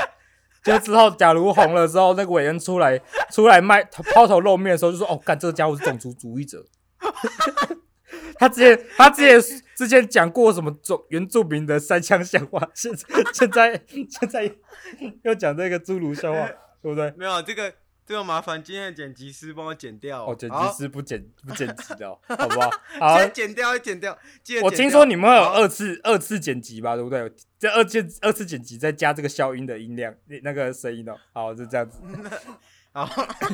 [SPEAKER 2] 就之后，假如红了之后，那个韦恩出来出来卖抛头露面的时候，就说：“哦，干这个家伙是种族主义者。”他之前他之前之前讲过什么种原住民的三枪笑话，现在现在现在又讲这个侏儒笑话，对不对？
[SPEAKER 1] 没有这个这个麻烦今天的剪辑师帮我剪掉
[SPEAKER 2] 哦，剪辑
[SPEAKER 1] 好
[SPEAKER 2] 师不剪不剪辑的哦，好不 好？好啊
[SPEAKER 1] 现，在剪掉剪掉，记得
[SPEAKER 2] 我
[SPEAKER 1] 剪
[SPEAKER 2] 听
[SPEAKER 1] 掉
[SPEAKER 2] 说你们有
[SPEAKER 1] 好
[SPEAKER 2] 二次二次剪辑吧，对不对？这二次二次剪辑再加这个消音的音量，那那个声音哦。好，就这样子。
[SPEAKER 1] 好，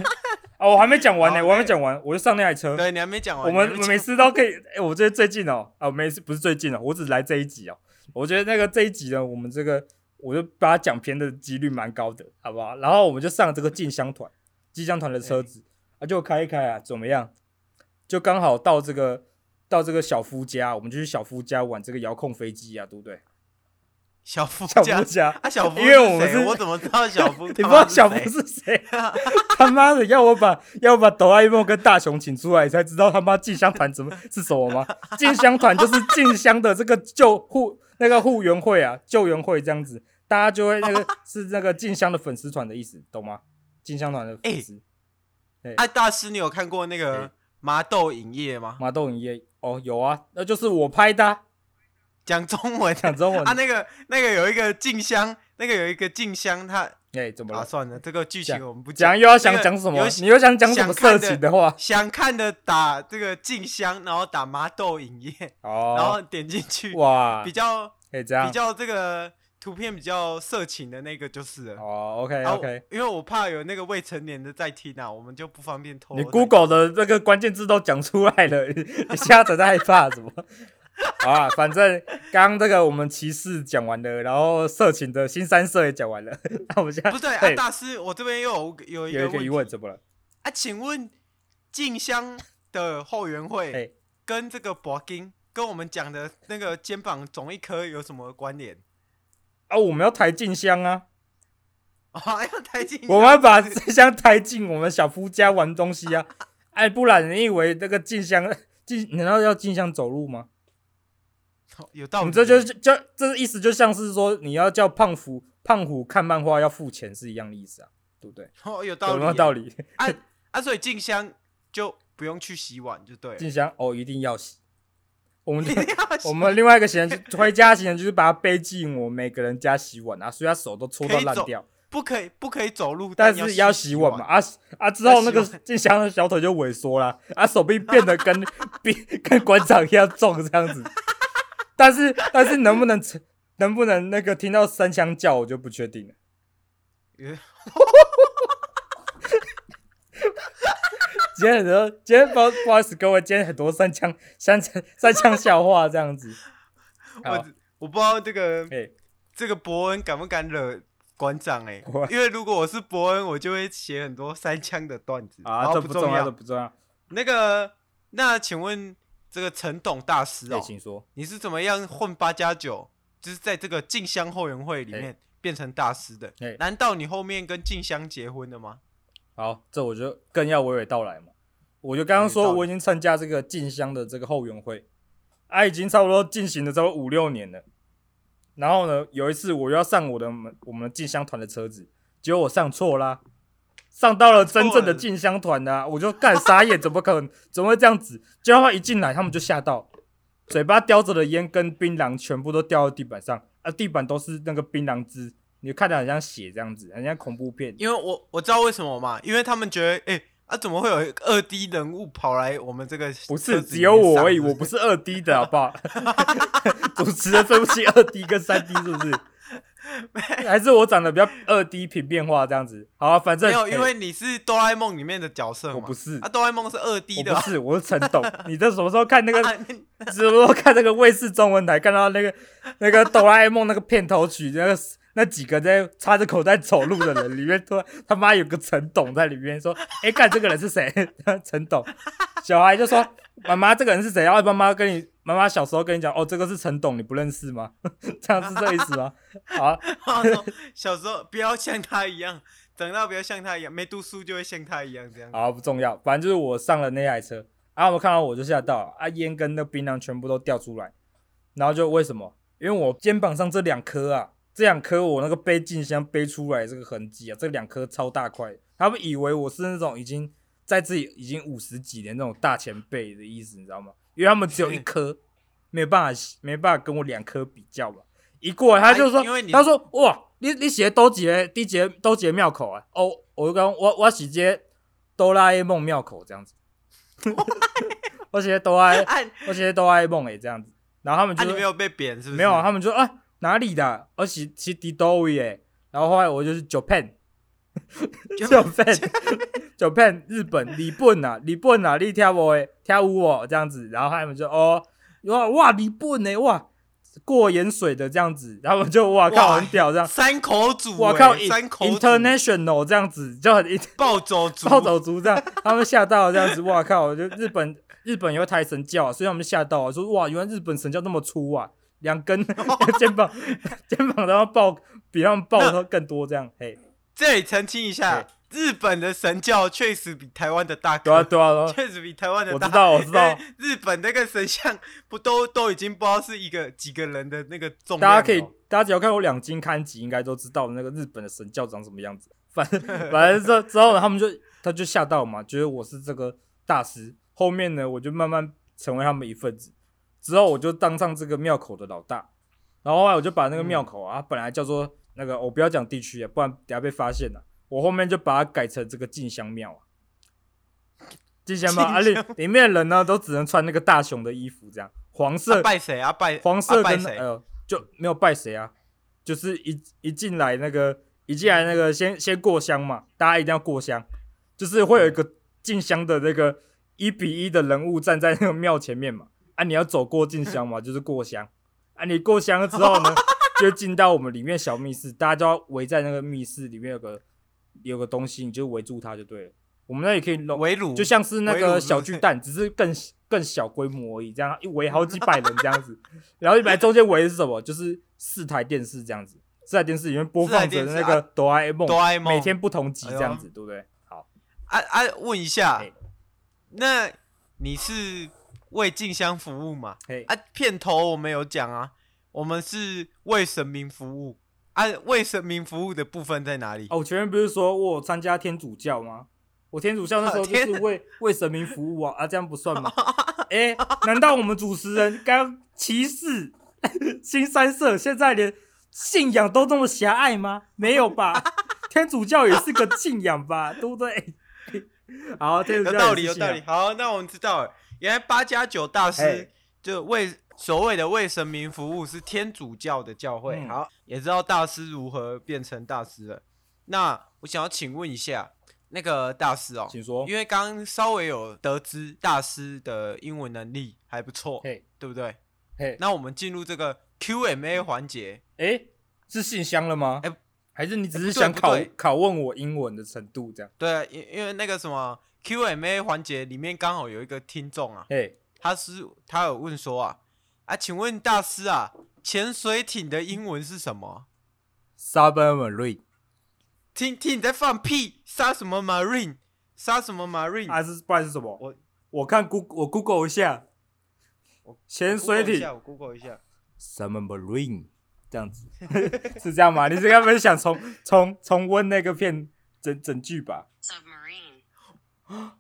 [SPEAKER 2] 哦，我还没讲完呢，
[SPEAKER 1] 好哎
[SPEAKER 2] 我还
[SPEAKER 1] 那
[SPEAKER 2] 没讲完，我就上那台车。
[SPEAKER 1] 对，你还没讲完，
[SPEAKER 2] 我们
[SPEAKER 1] 哦你还
[SPEAKER 2] 我
[SPEAKER 1] 没讲
[SPEAKER 2] 们每次都可以。哎、我觉得最近哦，啊，每次不是最近哦，我只来这一集哦。我觉得那个这一集呢，我们这个我就把它讲偏的几率蛮高的，好不好？然后我们就上这个进香团，进香团的车子、啊，就开一开啊，怎么样？就刚好到这个到这个小夫家，我们就去小夫家玩这个遥控飞机啊，对不对？
[SPEAKER 1] 小夫
[SPEAKER 2] 小
[SPEAKER 1] 家
[SPEAKER 2] 夫家，
[SPEAKER 1] 啊，小夫，
[SPEAKER 2] 因为我们
[SPEAKER 1] 是谁
[SPEAKER 2] 是
[SPEAKER 1] 我怎么知道小夫
[SPEAKER 2] 你
[SPEAKER 1] 他
[SPEAKER 2] 不知
[SPEAKER 1] 妈
[SPEAKER 2] 道
[SPEAKER 1] 是
[SPEAKER 2] 小
[SPEAKER 1] 谁
[SPEAKER 2] 夫是谁？ 他妈的，要我把要我把哆啦 A 梦跟大雄请出来，才知道他妈进香团怎么是什么吗？ 进香团就是进香的这个救护那个护援会啊，救援会这样子，大家就会那个是那个进香的粉丝团的意思，懂吗？进香团的粉丝，
[SPEAKER 1] 哎，大师，你有看过那个
[SPEAKER 2] 哎
[SPEAKER 1] 麻豆影业吗？
[SPEAKER 2] 马豆影业哦，有啊，那就是我拍的啊、
[SPEAKER 1] 讲中文
[SPEAKER 2] 讲中文
[SPEAKER 1] 啊，，那个那个有一个静香，那个有一个静香，他
[SPEAKER 2] 哎，怎么
[SPEAKER 1] 啊
[SPEAKER 2] 了？
[SPEAKER 1] 算了，这个剧情我们不
[SPEAKER 2] 讲又要
[SPEAKER 1] 那
[SPEAKER 2] 想
[SPEAKER 1] 个
[SPEAKER 2] 讲什么
[SPEAKER 1] 有？
[SPEAKER 2] 你又想讲什么
[SPEAKER 1] 想看
[SPEAKER 2] 色
[SPEAKER 1] 的
[SPEAKER 2] 情的话？
[SPEAKER 1] 想看的打这个静香，然后打麻豆影业，然后
[SPEAKER 2] 哦，
[SPEAKER 1] 点进去，
[SPEAKER 2] 哇
[SPEAKER 1] 比，较
[SPEAKER 2] 可以这
[SPEAKER 1] 比
[SPEAKER 2] 样
[SPEAKER 1] 较这个图片比较色情的那个就是了。
[SPEAKER 2] 哦，OK
[SPEAKER 1] 啊
[SPEAKER 2] OK。
[SPEAKER 1] 因为我怕有那个未成年的在听啊，我们就不方便透露
[SPEAKER 2] 你
[SPEAKER 1] 太多。
[SPEAKER 2] Google 的这个关键字都讲出来了， 你瞎扯在害怕什么？ 好啊，反正刚刚这个我们骑士讲完了，然后色情的新三色也讲完了， 那我们现在
[SPEAKER 1] 不对啊，
[SPEAKER 2] 嘿
[SPEAKER 1] 大师，我这边又有有一
[SPEAKER 2] 有
[SPEAKER 1] 个
[SPEAKER 2] 一个疑
[SPEAKER 1] 问
[SPEAKER 2] 问，
[SPEAKER 1] 题
[SPEAKER 2] 怎么了？
[SPEAKER 1] 啊，请问静香的后援
[SPEAKER 2] 哎
[SPEAKER 1] 会跟这个博金跟我们讲的那个肩膀肿一颗有什么关联？
[SPEAKER 2] 啊，我们要抬进香啊，
[SPEAKER 1] 啊， 要抬进
[SPEAKER 2] 我们 要把这香抬进我们小夫家玩东西啊， 哎，不然你以为那个进香进难道要进香走路吗？
[SPEAKER 1] 有
[SPEAKER 2] 我
[SPEAKER 1] 道理，
[SPEAKER 2] 们这就是就这意思，就像是说你要叫胖虎胖虎看漫画要付钱是一样的意思啊，对不对？
[SPEAKER 1] 哦，有道
[SPEAKER 2] 有
[SPEAKER 1] 理，
[SPEAKER 2] 没有道理？
[SPEAKER 1] 啊啊，所以静香就不用去洗碗就对 了。
[SPEAKER 2] 静香哦，一定要洗。我们我
[SPEAKER 1] 我
[SPEAKER 2] 们另外一个行人就回家的行人就是把它背进我每个人家洗碗啊，所以他手都搓到烂掉，
[SPEAKER 1] 不可以不可以走路，
[SPEAKER 2] 但
[SPEAKER 1] 是
[SPEAKER 2] 是要洗
[SPEAKER 1] 洗
[SPEAKER 2] 碗嘛啊啊之后那个
[SPEAKER 1] 要洗
[SPEAKER 2] 静香的小腿就萎缩了啊，手臂变得 跟比跟馆长一样重这样子，但是但是能不能能不能那个听到三枪叫我就不确定了。
[SPEAKER 1] 有
[SPEAKER 2] 今天很多，今天不好不好意思各位，今天很多三枪三枪三枪笑话这 样子。好
[SPEAKER 1] 我我不知道这个
[SPEAKER 2] 哎、
[SPEAKER 1] 这个伯恩敢不敢惹馆长哎、
[SPEAKER 2] 伯 恩
[SPEAKER 1] 因为如果我是伯恩，我就会写很多三枪的段子
[SPEAKER 2] 啊，
[SPEAKER 1] 好
[SPEAKER 2] 这
[SPEAKER 1] 不
[SPEAKER 2] 不重要，
[SPEAKER 1] 要
[SPEAKER 2] 这。不重要。
[SPEAKER 1] 那个，那请问这个陈董大师
[SPEAKER 2] 哎、
[SPEAKER 1] 哦，
[SPEAKER 2] 请说。
[SPEAKER 1] 你是怎么样混八加九，就是在这个静香后援会里面变成大师的？
[SPEAKER 2] 哎
[SPEAKER 1] 难道你后面跟静香结婚了吗？
[SPEAKER 2] 好，这我就更要娓娓道来嘛。我就刚刚
[SPEAKER 1] 娓娓道
[SPEAKER 2] 说
[SPEAKER 1] 来
[SPEAKER 2] 我已经参加这个进香的这个后援会，啊，已经差不多进行了差不多五六年了。然后呢，有一次我要上我的门我们进香团的车子，结果我上错啦，上到了真正的进香团啦、我就干傻眼，怎么可能？怎么会这样子？结果他们一进来，他们就吓到，嘴巴叼着的烟跟槟榔全部都掉到地板上，啊，地板都是那个槟榔汁，你看着很像血这样子，很像恐怖片。
[SPEAKER 1] 因为我我知道为什么嘛，因为他们觉得，哎、啊，怎么会有二 D 人物跑来我们这个
[SPEAKER 2] 不
[SPEAKER 1] 车
[SPEAKER 2] 是
[SPEAKER 1] 子
[SPEAKER 2] 只
[SPEAKER 1] 里
[SPEAKER 2] 有
[SPEAKER 1] 面
[SPEAKER 2] 我
[SPEAKER 1] 上
[SPEAKER 2] 而已，
[SPEAKER 1] 是不
[SPEAKER 2] 我
[SPEAKER 1] 是
[SPEAKER 2] 不是二 D 的好不好？ 主持人分不清二 D 跟三 D 是不是？ 还是我长得比较二 D 平面化这样子？好、啊，反正
[SPEAKER 1] 没有，因
[SPEAKER 2] 哎
[SPEAKER 1] 为你是哆啦 A 梦里面的角色嘛。
[SPEAKER 2] 我不是
[SPEAKER 1] 啊，哆啦 A 梦是二 D 的
[SPEAKER 2] 我
[SPEAKER 1] 啊、
[SPEAKER 2] 不是，我是陈董。你这什么时候看那个？
[SPEAKER 1] 啊 你
[SPEAKER 2] 什么时候看那个卫视中文台看到那个那个哆啦 A 梦那个片头曲那个？那几个在插着口袋走路的人，里面突然他妈有个陈董在里面说：“哎、 看这个人是谁？”啊陈董，小孩就说：“妈妈，这个人是谁？”然后妈妈跟你妈妈小时候跟你讲，哦，这个是陈董，你不认识吗？ 这样是这意思吗？ 好啊，
[SPEAKER 1] 然后说小时候不要像他一样，长大不要像他一样，没读书就会像他一样这样。
[SPEAKER 2] 好啊，不重要，反正就是我上了那台车，啊，我看到我就吓到了，啊，烟跟那槟榔全部都掉出来，然后就为什么？因为我肩膀上这两颗啊，这两颗我那个背镜箱背出来这个痕迹啊，这两颗超大块，他们以为我是那种已经在自己已经五十几年那种大前辈的意思，你知道吗？因为他们只有一颗，没有办法没办法跟我两颗比较嘛。一过来他就说，
[SPEAKER 1] 哎因为你
[SPEAKER 2] 他说哇，你你写多几个，你几个多几个庙口啊？哦，我就讲我我写这哆啦 A 梦庙口这样子，我写哆啦 A，
[SPEAKER 1] 啊啊！
[SPEAKER 2] 我写哆啦 A 梦诶这样子，然后他们就
[SPEAKER 1] 你没有被贬是不是？
[SPEAKER 2] 没有，他们就说啊哪里的，我是是迪多维诶，然后后来我就是 Japan。
[SPEAKER 1] 就
[SPEAKER 2] Japan Japan 日本日本啊日本啊，你听我诶，听舞我这样子，然后他们就哦哇哇日本诶，哇过盐水的这样子，然后我就哇靠
[SPEAKER 1] 哇
[SPEAKER 2] 很屌这样，
[SPEAKER 1] 三口组、
[SPEAKER 2] 啊哇
[SPEAKER 1] 欸
[SPEAKER 2] 靠
[SPEAKER 1] 三
[SPEAKER 2] in-
[SPEAKER 1] 口组
[SPEAKER 2] international 这样子就很
[SPEAKER 1] 暴走族，
[SPEAKER 2] 暴走族这样，他们吓到了这样子，哇靠！就日本日本有一台神教、啊，所以他们吓到了，说哇，原来日本神教那么粗啊，两根 肩膀肩膀然后爆比他们爆的更多这样，嘿，
[SPEAKER 1] 这里澄清一下，日本的神教确实比台湾的大
[SPEAKER 2] 对啊
[SPEAKER 1] 哥，
[SPEAKER 2] 对啊，对啊
[SPEAKER 1] 确实比台湾的
[SPEAKER 2] 我
[SPEAKER 1] 大。
[SPEAKER 2] 知道我知道
[SPEAKER 1] 因为，日本那个神像不都都已经不知道是一个几个人的那个重量了哦，
[SPEAKER 2] 大家可以大家只要看过两金刊集，应该都知道那个日本的神教长什么样子。反正反正之之后呢，他们就他就吓到嘛，觉得我是这个大师。后面呢，我就慢慢成为他们一份子。之后我就当上这个庙口的老大，然后后来我就把那个庙口啊，本来叫做那个我不要讲地区啊，不然等下被发现了。我后面就把它改成这个静香庙啊，静香庙啊里
[SPEAKER 1] 静香
[SPEAKER 2] 里面的人呢都只能穿那个大雄的衣服，这样黄色
[SPEAKER 1] 啊拜谁啊拜
[SPEAKER 2] 黄色
[SPEAKER 1] 啊拜
[SPEAKER 2] 跟、
[SPEAKER 1] 谁？
[SPEAKER 2] 呃就没有拜谁啊，就是一一进来那个一进来那个先先过香嘛，大家一定要过香，就是会有一个进香的那个一比一的人物站在那个庙前面嘛，啊你要走过进香嘛，就是过香，啊你过香了之后呢，就进到我们里面小密室，大家就要围在那个密室里面有个有个东西，你就围住它就对了。我们那里可以弄
[SPEAKER 1] 围炉
[SPEAKER 2] 就像是那
[SPEAKER 1] 围炉是
[SPEAKER 2] 个
[SPEAKER 1] 不是
[SPEAKER 2] 小巨蛋，只是更更小规模而已，这样一围好几百人这样子， 然后一百中间围的是什么？就是四台电视这样子，四台电视里面播放着
[SPEAKER 1] 四台
[SPEAKER 2] 那
[SPEAKER 1] 电视
[SPEAKER 2] 个
[SPEAKER 1] 啊
[SPEAKER 2] 哆啦 A 梦，
[SPEAKER 1] 哆啦 A 梦哎
[SPEAKER 2] 每天不同集这样子，对不对？好，
[SPEAKER 1] 啊啊问一下
[SPEAKER 2] 哎，
[SPEAKER 1] 那你是为静香服务嘛？
[SPEAKER 2] 嘿，
[SPEAKER 1] 啊，片头我们有讲啊，我们是为神明服务啊，为神明服务的部分在哪里？
[SPEAKER 2] 哦，我前面不是说我有参加天主教吗？我天主教那时候就
[SPEAKER 1] 天
[SPEAKER 2] 是为为神明服务啊，啊，这样不算 吗？哎、难道我们主持人刚歧视新三社，现在连信仰都这么狭隘吗？没有吧？天主教也是个信仰吧，对不对？ 好，天主
[SPEAKER 1] 有
[SPEAKER 2] 教
[SPEAKER 1] 道
[SPEAKER 2] 也
[SPEAKER 1] 理，
[SPEAKER 2] 是
[SPEAKER 1] 有
[SPEAKER 2] 信仰
[SPEAKER 1] 道理。。哎好，那我们知道了，原来八加九大师
[SPEAKER 2] 嘿
[SPEAKER 1] 就为所谓的为神明服务是天主教的教会。
[SPEAKER 2] 嗯
[SPEAKER 1] 好，也知道大师如何变成大师了。那我想要请问一下那个大师哦，
[SPEAKER 2] 请说
[SPEAKER 1] 因。为刚刚稍微有得知大师的英文能力还不错，
[SPEAKER 2] 嘿，
[SPEAKER 1] 对不对？
[SPEAKER 2] 嘿，
[SPEAKER 1] 那我们进入这个 Q&A 环节，
[SPEAKER 2] 哎、是信箱了吗？
[SPEAKER 1] 哎
[SPEAKER 2] 还是你只
[SPEAKER 1] 哎
[SPEAKER 2] 是
[SPEAKER 1] 不对
[SPEAKER 2] 想
[SPEAKER 1] 不
[SPEAKER 2] 拷、
[SPEAKER 1] 对
[SPEAKER 2] 拷问我英文的程度这样？
[SPEAKER 1] 对，啊因因为那个什么 Q&A 环节里面刚好有一个听众啊，
[SPEAKER 2] 嘿，
[SPEAKER 1] 他是他有问说啊啊，请问大师啊，潜水艇的英文是什么？
[SPEAKER 2] submarine，
[SPEAKER 1] 听听你在放屁，杀什么 marine，杀什么 marine？、
[SPEAKER 2] 还啊是不然是什么？
[SPEAKER 1] 我
[SPEAKER 2] 我看 Google 我 Google 一下
[SPEAKER 1] 我，
[SPEAKER 2] 潜水
[SPEAKER 1] Google 一
[SPEAKER 2] 艇
[SPEAKER 1] 下，我 Google 一下，
[SPEAKER 2] submarine 这样子， 是这样吗？你是该不是想重重重温那个片整整句吧？
[SPEAKER 3] submarine,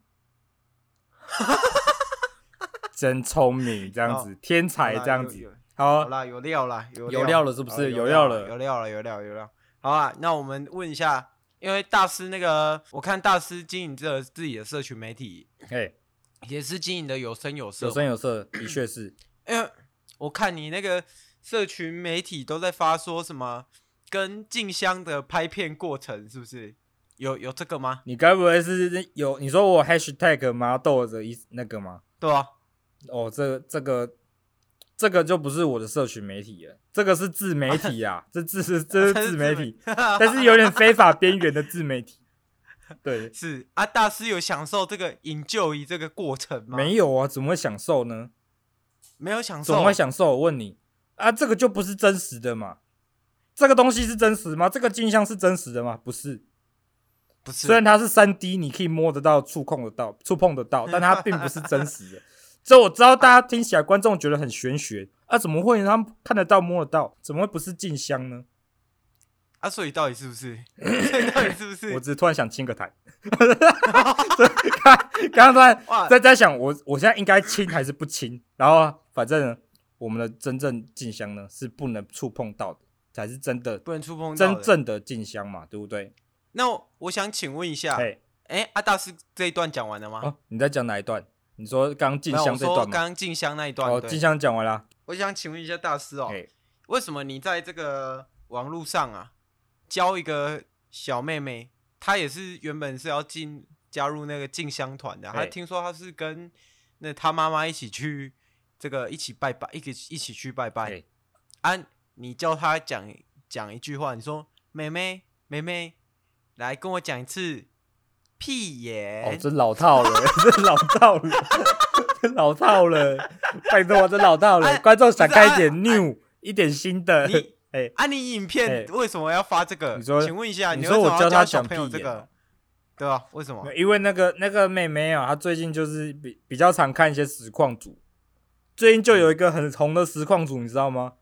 [SPEAKER 2] 真聪明，这样子，天才
[SPEAKER 1] 好啦
[SPEAKER 2] 这样
[SPEAKER 1] 有有
[SPEAKER 2] 子。
[SPEAKER 1] 哦好
[SPEAKER 2] 好，
[SPEAKER 1] 啦，有料啦，有
[SPEAKER 2] 有料了是不
[SPEAKER 1] 好
[SPEAKER 2] 是
[SPEAKER 1] 有
[SPEAKER 2] 有
[SPEAKER 1] 料
[SPEAKER 2] 料了
[SPEAKER 1] 有料了，有料，有料。好啊，那我们问一下，因为大师那个，我看大师经营这自己的社群媒体，
[SPEAKER 2] 哎，
[SPEAKER 1] 也是哦经营的有声有色。
[SPEAKER 2] 有声有色，的确是。
[SPEAKER 1] 因为呃我看你那个社群媒体都在发说什么跟静香的拍片过程，是不是？有有这个吗？
[SPEAKER 2] 你该不会是有你说我 hashtag 麻豆的一那个吗？
[SPEAKER 1] 对啊，
[SPEAKER 2] 哦，这个这个这个就不是我的社群媒体了，这个是自媒体啊，这自 是这是自媒 体，但是有点非法边缘的自媒体。 对，
[SPEAKER 1] 是啊，大师有享受这个引咎于这个过程吗？
[SPEAKER 2] 没有啊，怎么会享受呢？
[SPEAKER 1] 没有享
[SPEAKER 2] 怎
[SPEAKER 1] 受
[SPEAKER 2] 么会，享受？我问你啊，这个就不是真实的嘛？这个东西是真实吗？这个镜像是真实的吗？不是，
[SPEAKER 1] 不是
[SPEAKER 2] 虽然它是三 D，你可以摸得到、触控得到、触碰得到，但它并不是真实 的。这我知道，大家听起来观众觉得很玄学啊，怎么会他们看得到、摸得到，怎么会不是镜像呢？
[SPEAKER 1] 啊，所以到底是不 是？所以到底是不
[SPEAKER 2] 我
[SPEAKER 1] 是？
[SPEAKER 2] 只是突然想清个台， 所以刚刚刚突然
[SPEAKER 1] 哇
[SPEAKER 2] 在在想我我现在应该亲还是不亲，然后啊反正呢我们的真正静香呢是不能触碰到的，才是真的
[SPEAKER 1] 不能触碰到
[SPEAKER 2] 真
[SPEAKER 1] 的。
[SPEAKER 2] 正的静香嘛，对不对？
[SPEAKER 1] 那我我想请问一下，
[SPEAKER 2] 哎、
[SPEAKER 1] 哎，阿大师这一段讲完了吗？
[SPEAKER 2] 哦，你在讲哪一段？你说刚静
[SPEAKER 1] 没有
[SPEAKER 2] 香
[SPEAKER 1] 我
[SPEAKER 2] 这
[SPEAKER 1] 说
[SPEAKER 2] 段
[SPEAKER 1] 刚
[SPEAKER 2] 吗？
[SPEAKER 1] 刚静香那一段。
[SPEAKER 2] 哦，
[SPEAKER 1] 对
[SPEAKER 2] 静香讲完了，
[SPEAKER 1] 我想请问一下大师哦，
[SPEAKER 2] 哎，
[SPEAKER 1] 为什么你在这个网络上啊，教一个小妹妹，她也是原本是要进加入那个进香团的，
[SPEAKER 2] 哎
[SPEAKER 1] 她听说她是跟那她妈妈一起去这个一起拜拜，一起一起去拜拜
[SPEAKER 2] 哎。
[SPEAKER 1] 啊，你教她讲讲一句话，你说妹妹妹妹，来跟我讲一次屁
[SPEAKER 2] 哦
[SPEAKER 1] 眼，，
[SPEAKER 2] 这老套了， 这老套了，这老套了，拜托，这老套
[SPEAKER 1] 哎
[SPEAKER 2] 了，观众想
[SPEAKER 1] 不是啊
[SPEAKER 2] 看一点 new，一点新的
[SPEAKER 1] 你，
[SPEAKER 2] 哎，
[SPEAKER 1] 啊，你影片
[SPEAKER 2] 哎
[SPEAKER 1] 为什么要发这个？
[SPEAKER 2] 你说
[SPEAKER 1] 请问一下，
[SPEAKER 2] 你
[SPEAKER 1] 为
[SPEAKER 2] 说
[SPEAKER 1] 什
[SPEAKER 2] 我
[SPEAKER 1] 么
[SPEAKER 2] 教
[SPEAKER 1] 要
[SPEAKER 2] 她
[SPEAKER 1] 小
[SPEAKER 2] 讲
[SPEAKER 1] 朋友
[SPEAKER 2] 屁哦
[SPEAKER 1] 这
[SPEAKER 2] 眼
[SPEAKER 1] 个？对啊，为什么？
[SPEAKER 2] 因为那个那个妹妹啊，她最近就是比比较常看一些实况组，最近就有一个很红的实况组，你知道吗？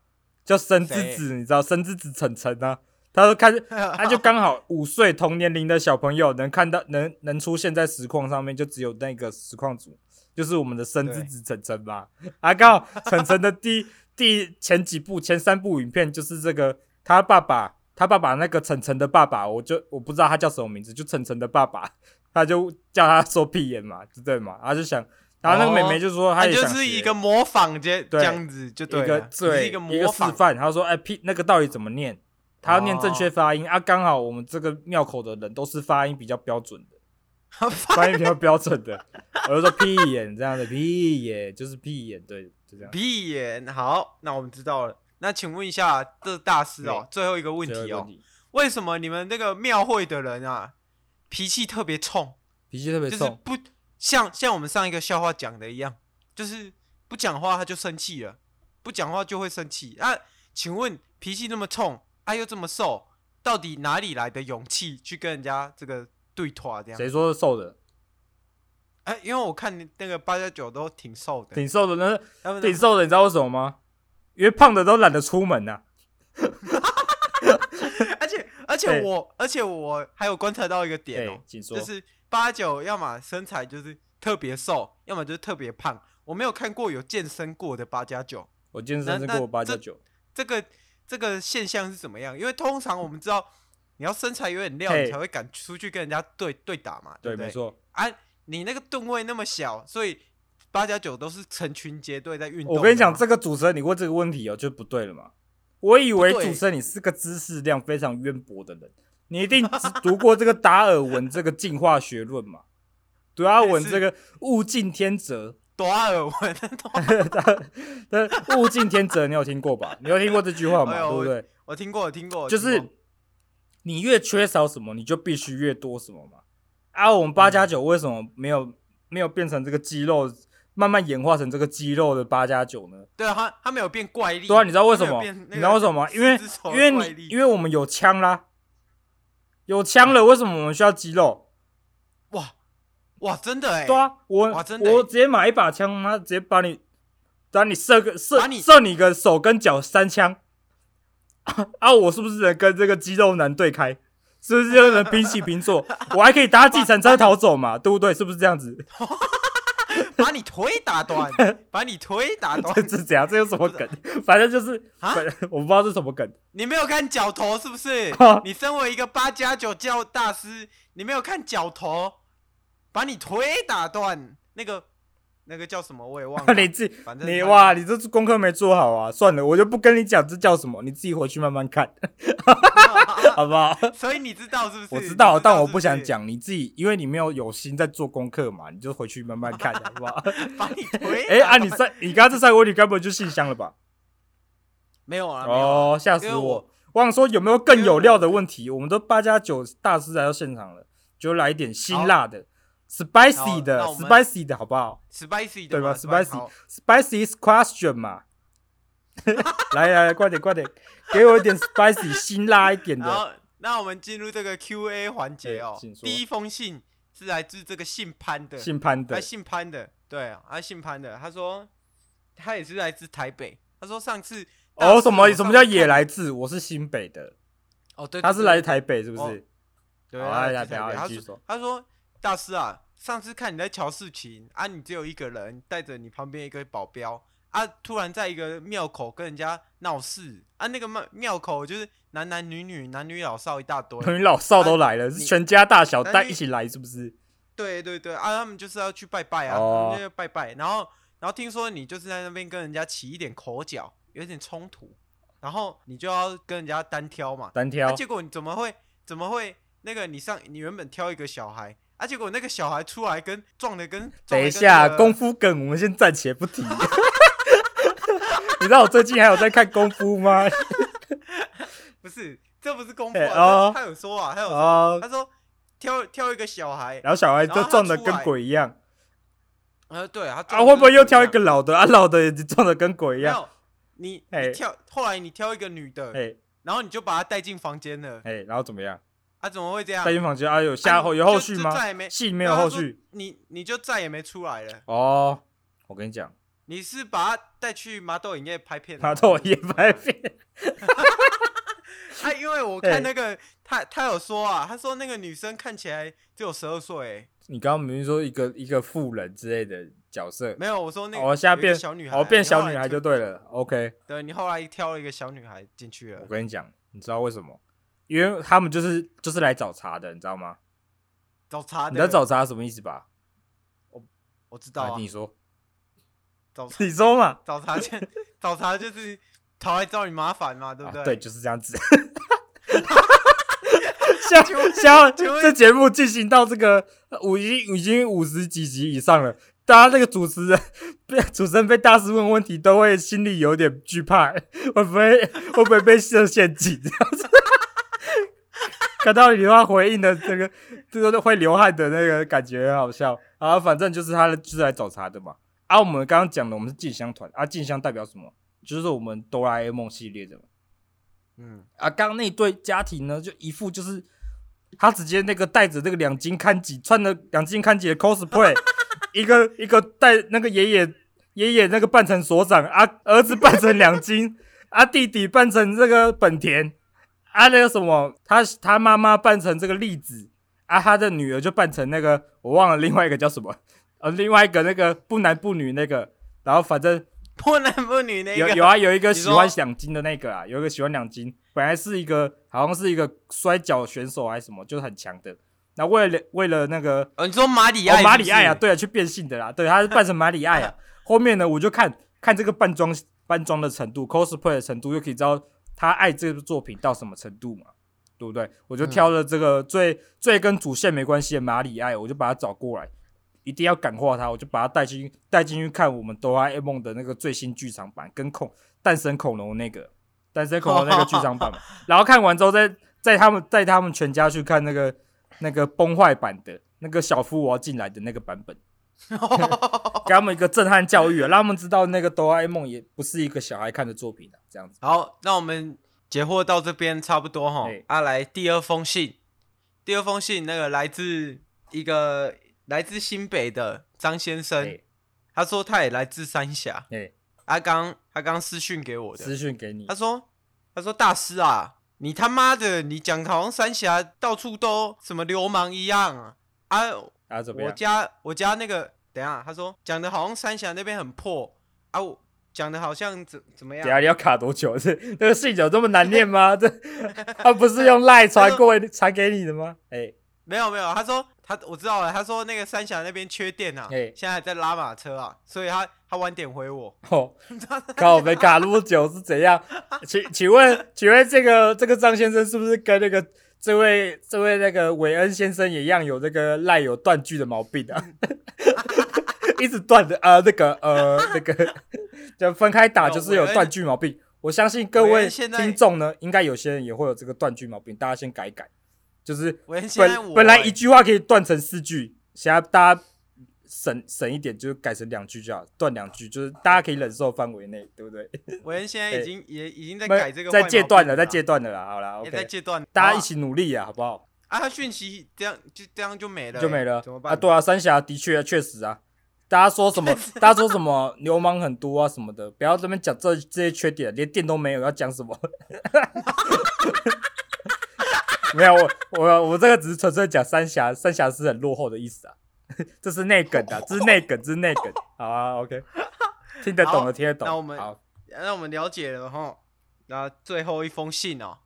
[SPEAKER 2] 叫神之子，你知道神之子晨晨啊，他 说看， 他就刚好五岁同年龄的小朋友能看到 能能出现在实况上面，就只有那个实况组，就是我们的神之子晨晨吧。 啊，刚好晨晨的第 第前几部前三部影片就是这个他爸爸。他爸爸那个晨晨的爸爸，我就我不知道他叫什么名字，就晨晨的爸爸， 他就叫他说屁眼嘛，对嘛？他就想，然后那个妹妹就说，她
[SPEAKER 1] 他
[SPEAKER 2] 也
[SPEAKER 1] 就
[SPEAKER 2] 想
[SPEAKER 1] 是
[SPEAKER 2] 学
[SPEAKER 1] 一个模仿这
[SPEAKER 2] 对
[SPEAKER 1] 这样子，就对
[SPEAKER 2] 一
[SPEAKER 1] 了
[SPEAKER 2] 个
[SPEAKER 1] 只是
[SPEAKER 2] 对
[SPEAKER 1] 一个
[SPEAKER 2] 一
[SPEAKER 1] 模
[SPEAKER 2] 个示
[SPEAKER 1] 仿。
[SPEAKER 2] 范，他说，哎屁那个到底怎么念？他要念正确
[SPEAKER 1] 哦
[SPEAKER 2] 发音、啊，刚好我们这个庙口的人都是发音比较标准 的，发音比较标准的，我就说屁眼这样的屁眼就是屁眼，对，就这样。
[SPEAKER 1] 闭眼好，那我们知道了。那请问一下，这大师哦，最后一个问
[SPEAKER 2] 最后一
[SPEAKER 1] 题
[SPEAKER 2] 个
[SPEAKER 1] 哦
[SPEAKER 2] 问，题，
[SPEAKER 1] 为什么你们那个庙会的人啊，脾气特别冲，
[SPEAKER 2] 脾气特别
[SPEAKER 1] 就是
[SPEAKER 2] 重，
[SPEAKER 1] 不像像我们上一个笑话讲的一样，就是不讲话他就生气了，不讲话就会生气。啊，请问脾气那么冲，啊又这么瘦，到底哪里来的勇气去跟人家这个对话这样？
[SPEAKER 2] 谁说瘦的？
[SPEAKER 1] 哎、因为我看你那个八加九都挺瘦的，
[SPEAKER 2] 挺瘦的，那
[SPEAKER 1] 他们都
[SPEAKER 2] 挺瘦的，你知道为什么吗？因为胖的都懒得出门啊呐、
[SPEAKER 1] 而且而且
[SPEAKER 2] 对
[SPEAKER 1] 我而且我还有观察到一个点哦
[SPEAKER 2] 哎、请说
[SPEAKER 1] 就是八九要么身材就是特别瘦，要么就是特别胖。我没有看过有健身过的八加九，
[SPEAKER 2] 我健身是
[SPEAKER 1] 那那
[SPEAKER 2] 过八加
[SPEAKER 1] 这
[SPEAKER 2] 九，
[SPEAKER 1] 这个这个现象是怎么样？因为通常我们知道你要身材有点料，
[SPEAKER 2] 嘿
[SPEAKER 1] 你才会敢出去跟人家对对打嘛，
[SPEAKER 2] 对，
[SPEAKER 1] 不对？
[SPEAKER 2] 没错。
[SPEAKER 1] 啊，你那个吨位那么小，所以八加九都是成群结队在运动的嘛。
[SPEAKER 2] 我跟你讲，这个主持人你问这个问题哦，就不对了嘛。我以为
[SPEAKER 1] 不对
[SPEAKER 2] 主持人你是个知识量非常渊博的人，你一定只读过这个达尔文这个进化学论嘛？达尔文这个物竞天择，
[SPEAKER 1] 多尔文，
[SPEAKER 2] 呃，物竞天择，你有听过 吧？你有听过这句话
[SPEAKER 1] 哎
[SPEAKER 2] 嘛？
[SPEAKER 1] 呦
[SPEAKER 2] 对不对？
[SPEAKER 1] 我听过，我听过，我
[SPEAKER 2] 就
[SPEAKER 1] 听
[SPEAKER 2] 是
[SPEAKER 1] 过
[SPEAKER 2] 你越缺少什么，你就必须越多什么嘛。啊，我们八加
[SPEAKER 1] 嗯
[SPEAKER 2] 九为什么没有没有变成这个肌肉，慢慢演化成这个肌肉的八加九呢？
[SPEAKER 1] 对啊，他他没有变怪力，
[SPEAKER 2] 对啊，你知道为
[SPEAKER 1] 他
[SPEAKER 2] 什
[SPEAKER 1] 没有
[SPEAKER 2] 么？
[SPEAKER 1] 变那个
[SPEAKER 2] 你知道为什么吗？因为
[SPEAKER 1] 四肢丑
[SPEAKER 2] 因
[SPEAKER 1] 的
[SPEAKER 2] 为
[SPEAKER 1] 怪
[SPEAKER 2] 你
[SPEAKER 1] 力
[SPEAKER 2] 因为我们有枪啦，有枪了，为什么我们需要肌肉？
[SPEAKER 1] 哇哇，真的哎，
[SPEAKER 2] 对啊，我
[SPEAKER 1] 哇真的欸
[SPEAKER 2] 我直接买一把枪，妈直接把你，把你射个
[SPEAKER 1] 把
[SPEAKER 2] 射
[SPEAKER 1] 你
[SPEAKER 2] 射你个手跟脚三枪， 啊，我是不是能跟这个肌肉男对开？是不是就能平起平 坐？我还可以搭计程车逃走嘛，对不对？是不是这样子？
[SPEAKER 1] 把你腿打断，把你腿打断
[SPEAKER 2] 这，这怎样？这有什么梗？反正就是，
[SPEAKER 1] 啊
[SPEAKER 2] 反正我不知道是什么梗。？
[SPEAKER 1] 你没有看脚头是不是 你身为一个八加九教大师，你没有看脚头，把你腿打断，那个那个叫什么我也忘了，
[SPEAKER 2] 你自己
[SPEAKER 1] 反正
[SPEAKER 2] 你
[SPEAKER 1] 他
[SPEAKER 2] 哇，你这次功课没做好啊！算了，我就不跟你讲这叫什么，你自己回去慢 慢看，好不好？
[SPEAKER 1] 所以你知道是不是？
[SPEAKER 2] 我知道，但我
[SPEAKER 1] 是
[SPEAKER 2] 不想
[SPEAKER 1] 是。
[SPEAKER 2] 讲，你自己因为你没有有心在做功课嘛，你就回去慢慢 看，好不好？
[SPEAKER 1] 把你 腿
[SPEAKER 2] 哎、啊，
[SPEAKER 1] 打断
[SPEAKER 2] 你三，你刚刚这三个问题该不会就信箱了吧？
[SPEAKER 1] 没有啊？没有啊
[SPEAKER 2] 哦，吓
[SPEAKER 1] 因
[SPEAKER 2] 死
[SPEAKER 1] 为我
[SPEAKER 2] 我！我想说有没有更有料的问题？我们都八加九大师来到现场了，就来一点辛辣的。 spicy 的
[SPEAKER 1] 那我们
[SPEAKER 2] ，spicy 的好不好？
[SPEAKER 1] ，spicy 的
[SPEAKER 2] 对吧
[SPEAKER 1] 嘛
[SPEAKER 2] ？spicy
[SPEAKER 1] 好啊
[SPEAKER 2] spicy question 嘛。 来来来，快点快点，给我一点 spicy 辛辣一点
[SPEAKER 1] 然
[SPEAKER 2] 的。
[SPEAKER 1] 后，那我们进入这个 Q&A 环节哦
[SPEAKER 2] 对请。说
[SPEAKER 1] 第一封信是来自这个姓潘的，
[SPEAKER 2] 姓潘的
[SPEAKER 1] 啊，，姓潘的，对啊，啊姓潘的，他说他也是来自台北，他说上次大啊
[SPEAKER 2] 哦，
[SPEAKER 1] 四
[SPEAKER 2] 什么
[SPEAKER 1] 我
[SPEAKER 2] 什么
[SPEAKER 1] 上
[SPEAKER 2] 叫
[SPEAKER 1] 次
[SPEAKER 2] 也
[SPEAKER 1] 看？
[SPEAKER 2] 来自？我是新北的，
[SPEAKER 1] 哦，对，
[SPEAKER 2] 他
[SPEAKER 1] 对
[SPEAKER 2] 是来自
[SPEAKER 1] 对
[SPEAKER 2] 台北，是不
[SPEAKER 1] 哦
[SPEAKER 2] 是？
[SPEAKER 1] 对，
[SPEAKER 2] 好
[SPEAKER 1] 他
[SPEAKER 2] 来
[SPEAKER 1] 来
[SPEAKER 2] 来
[SPEAKER 1] 自台
[SPEAKER 2] 来
[SPEAKER 1] 北
[SPEAKER 2] 来
[SPEAKER 1] 他
[SPEAKER 2] 继续
[SPEAKER 1] 说
[SPEAKER 2] 说
[SPEAKER 1] 他说大师啊，上次看你在瞧事情啊，你只有一个人带着你旁边一个保镖啊，突然在一个庙口跟人家闹事啊，那个庙庙口就是男男女女、男女老少一大 堆，
[SPEAKER 2] 你老少都来了，是
[SPEAKER 1] 哎你
[SPEAKER 2] 全家大小
[SPEAKER 1] 那
[SPEAKER 2] 带
[SPEAKER 1] 你
[SPEAKER 2] 一起来，是不是？
[SPEAKER 1] 对对对啊，他们就是要去拜拜啊，
[SPEAKER 2] 哦
[SPEAKER 1] 他们就要拜拜。然后，然后听说你就是在那边跟人家起一点口角，有点冲突，然后你就要跟人家单挑嘛。
[SPEAKER 2] 单
[SPEAKER 1] 啊，
[SPEAKER 2] 挑
[SPEAKER 1] 结果你怎么会怎么会那个你上你原本挑一个小孩，啊，结果那个小孩出来跟撞的跟
[SPEAKER 2] 等一下，功
[SPEAKER 1] 夫
[SPEAKER 2] 夫梗我们先暂且不提。你知道我最近还有在看功 夫吗？
[SPEAKER 1] 不是这不是功夫
[SPEAKER 2] 哎
[SPEAKER 1] 啊，
[SPEAKER 2] 哦
[SPEAKER 1] 他他有说啊，他有说、
[SPEAKER 2] 哦，
[SPEAKER 1] 他说挑挑一个小孩，
[SPEAKER 2] 然后小孩
[SPEAKER 1] 然
[SPEAKER 2] 都
[SPEAKER 1] 后他
[SPEAKER 2] 撞得
[SPEAKER 1] 出
[SPEAKER 2] 跟
[SPEAKER 1] 来
[SPEAKER 2] 鬼一样
[SPEAKER 1] 呃，对他
[SPEAKER 2] 啊！会不会又挑一
[SPEAKER 1] 个？
[SPEAKER 2] 个老的啊？老的也撞得跟鬼一
[SPEAKER 1] 没
[SPEAKER 2] 样。
[SPEAKER 1] 有，你
[SPEAKER 2] 哎
[SPEAKER 1] 你挑后来你挑一个女的，
[SPEAKER 2] 哎
[SPEAKER 1] 然后你就把她带进房间了，
[SPEAKER 2] 哎，然后怎么样？
[SPEAKER 1] 啊，怎么会这样
[SPEAKER 2] 带？进房间啊？有下后有后续
[SPEAKER 1] 就
[SPEAKER 2] 吗
[SPEAKER 1] 就再也？没啊
[SPEAKER 2] 戏没有后续，
[SPEAKER 1] 然后他说你你就再也没出来了。
[SPEAKER 2] 哦。我跟你讲，
[SPEAKER 1] 你是把她带去麻豆影业拍片的吗，
[SPEAKER 2] 他对我也拍片，
[SPEAKER 1] 啊，因为我
[SPEAKER 2] 哎
[SPEAKER 1] 看那个他他有说啊，他说那个女生看起来只有十二岁，
[SPEAKER 2] 你刚刚明明说一个一个富人之类的角色，
[SPEAKER 1] 没有，我说那个
[SPEAKER 2] 哦，现在
[SPEAKER 1] 有一个
[SPEAKER 2] 变
[SPEAKER 1] 小女孩，
[SPEAKER 2] 哦，变
[SPEAKER 1] 你后
[SPEAKER 2] 小
[SPEAKER 1] 来
[SPEAKER 2] 女孩
[SPEAKER 1] 推
[SPEAKER 2] 就对了。OK，
[SPEAKER 1] 对你后来挑了一个小女孩进去了
[SPEAKER 2] 我，跟你讲，你知道为什么？因为他们就是就是来找茬的，你知道吗？
[SPEAKER 1] 找茬
[SPEAKER 2] 你
[SPEAKER 1] 的，
[SPEAKER 2] 知道找茬什么意思吧？
[SPEAKER 1] 我知道啊
[SPEAKER 2] 啊，你说，
[SPEAKER 1] 找
[SPEAKER 2] 你说嘛，
[SPEAKER 1] 找茬就 找茬就是讨来找你麻烦嘛，对不
[SPEAKER 2] 啊
[SPEAKER 1] 对？
[SPEAKER 2] 对，就是这样子。像像
[SPEAKER 1] 请问
[SPEAKER 2] 这节目进行到这个呃五已经已经五十几集以上了，大家这个主持人被主持人被大师问问题，都会心里有点惧怕，会不会会不会被设陷阱这样子？看到你的话回应的这个，这个会流汗的那个感觉很好笑啊！反正就是他就是来找茬的嘛。啊，我们刚刚讲的我们是静香团啊，静香代表什么？就是我们哆啦 A 梦系列的嘛。
[SPEAKER 1] 嗯，
[SPEAKER 2] 啊，刚刚那对家庭呢，就一副就是他直接那个带着那个两金看几，穿着两金看几的 cosplay，一个一个带那个爷爷爷爷那个扮成所长啊，儿子扮成两金啊，弟弟扮成这个本田啊，那个什么，他他妈妈扮成这个栗子啊，他的女儿就扮成那个我忘了另外一个叫什么，呃，另外一个那个不男不女那个，然后反正
[SPEAKER 1] 不男不女那
[SPEAKER 2] 有
[SPEAKER 1] 个
[SPEAKER 2] 有啊，有一个
[SPEAKER 1] 你
[SPEAKER 2] 喜
[SPEAKER 1] 说
[SPEAKER 2] 欢两金的那个啊，有一个喜欢两金，本来是一个好像是一个摔跤选手还是什么，就是很强的。那为了为了那个
[SPEAKER 1] 哦，你说马里
[SPEAKER 2] 哦
[SPEAKER 1] 爱
[SPEAKER 2] 马
[SPEAKER 1] 是不
[SPEAKER 2] 里爱啊，
[SPEAKER 1] 是，
[SPEAKER 2] 对啊，去变性的啦，对，他是扮成马里爱啊。后面呢，我就看看这个扮装扮装的程度，cosplay 的程度，就可以知道他爱这部作品到什么程度嘛，对不对？
[SPEAKER 1] 嗯
[SPEAKER 2] 我就挑了这个最、最跟主线没关系的马里爱，我就把他找过来，一定要感化他，我就把他带进带进去看我们哆啦 A 梦的那个最新剧场版，跟恐诞生恐龙那个诞生恐龙那个剧场 版嘛，然后看完之后再再他们带他们全家去看那个那个崩坏版的那个小夫我要进来的那个 版本。给他们一个震撼教育啊，让他们知道那个哆啦 A 梦也不是一个小孩看的作品啊，这样子。
[SPEAKER 1] 好，那我们解惑到这边差不多哈
[SPEAKER 2] 哎。
[SPEAKER 1] 啊，来第二封信，第二封信那个来自一个来自新北的张先生
[SPEAKER 2] 哎，
[SPEAKER 1] 他说他也来自三峡。
[SPEAKER 2] 哎，
[SPEAKER 1] 他刚他刚私讯给我
[SPEAKER 2] 私
[SPEAKER 1] 的，
[SPEAKER 2] 讯给你
[SPEAKER 1] 他，说他说大师啊，你他妈的你讲好像三峡到处都什么流氓一样啊！啊，
[SPEAKER 2] 啊怎么
[SPEAKER 1] 我
[SPEAKER 2] 样？
[SPEAKER 1] 家我家那个等一下，他说讲的好像三峡那边很破啊，我讲的好像怎怎么样
[SPEAKER 2] 等一？下你要卡多久？ 这那个信有这么难念吗？ 这他不是用赖传过来传给你的吗？哎
[SPEAKER 1] 没有没有，他说他我知道了，他说那个三峡那边缺电啊，
[SPEAKER 2] 哎
[SPEAKER 1] 现在还在拉马车啊，所以他他晚点回 我。
[SPEAKER 2] 哦，靠，没卡那么久是怎 样？请请问请问这个这个张先生是不是跟那个这位这位那个韦恩先生也一样有这个赖有断句的毛病啊？ 一直断的呃那个呃那个就分开打就是有断句毛病。我相信各
[SPEAKER 1] 韦
[SPEAKER 2] 位
[SPEAKER 1] 恩现在
[SPEAKER 2] 听众呢，应该有些人也会有这个断句毛病，大家先改一改。就是
[SPEAKER 1] 喂，现在我
[SPEAKER 2] 本本来
[SPEAKER 1] 欸
[SPEAKER 2] 一句话可以断成四句，现在大家省省一点，就是改成两句就好，断两句，就是大家可以忍受范围内，对不对？
[SPEAKER 1] 韦恩现在已经也已经在
[SPEAKER 2] 没
[SPEAKER 1] 改这个坏
[SPEAKER 2] 在
[SPEAKER 1] 毛
[SPEAKER 2] 戒
[SPEAKER 1] 病
[SPEAKER 2] 断了，在
[SPEAKER 1] 啦
[SPEAKER 2] 戒断了啦，好啦
[SPEAKER 1] 啊也
[SPEAKER 2] o
[SPEAKER 1] 在
[SPEAKER 2] k
[SPEAKER 1] 戒断，
[SPEAKER 2] 大家
[SPEAKER 1] 好
[SPEAKER 2] 一起努力啊，好不好？
[SPEAKER 1] 啊，他讯息这样就这样就没了欸，
[SPEAKER 2] 就没了
[SPEAKER 1] 怎么办？
[SPEAKER 2] 啊，对啊，三峡的确确实啊，大家说什 么，大家说什么流氓很多啊什么的，不要这边讲这这些缺点，连店都没有，要讲什么？ 没有，我我我这个只是纯粹讲三峡，三峡是很落后的意思啊， 这是内梗的、这是内梗，这是内梗。好啊，OK，听得懂
[SPEAKER 1] 好
[SPEAKER 2] 的听得懂。
[SPEAKER 1] 那我们
[SPEAKER 2] 好，
[SPEAKER 1] 那我们了解了哈。那最后一封信哦，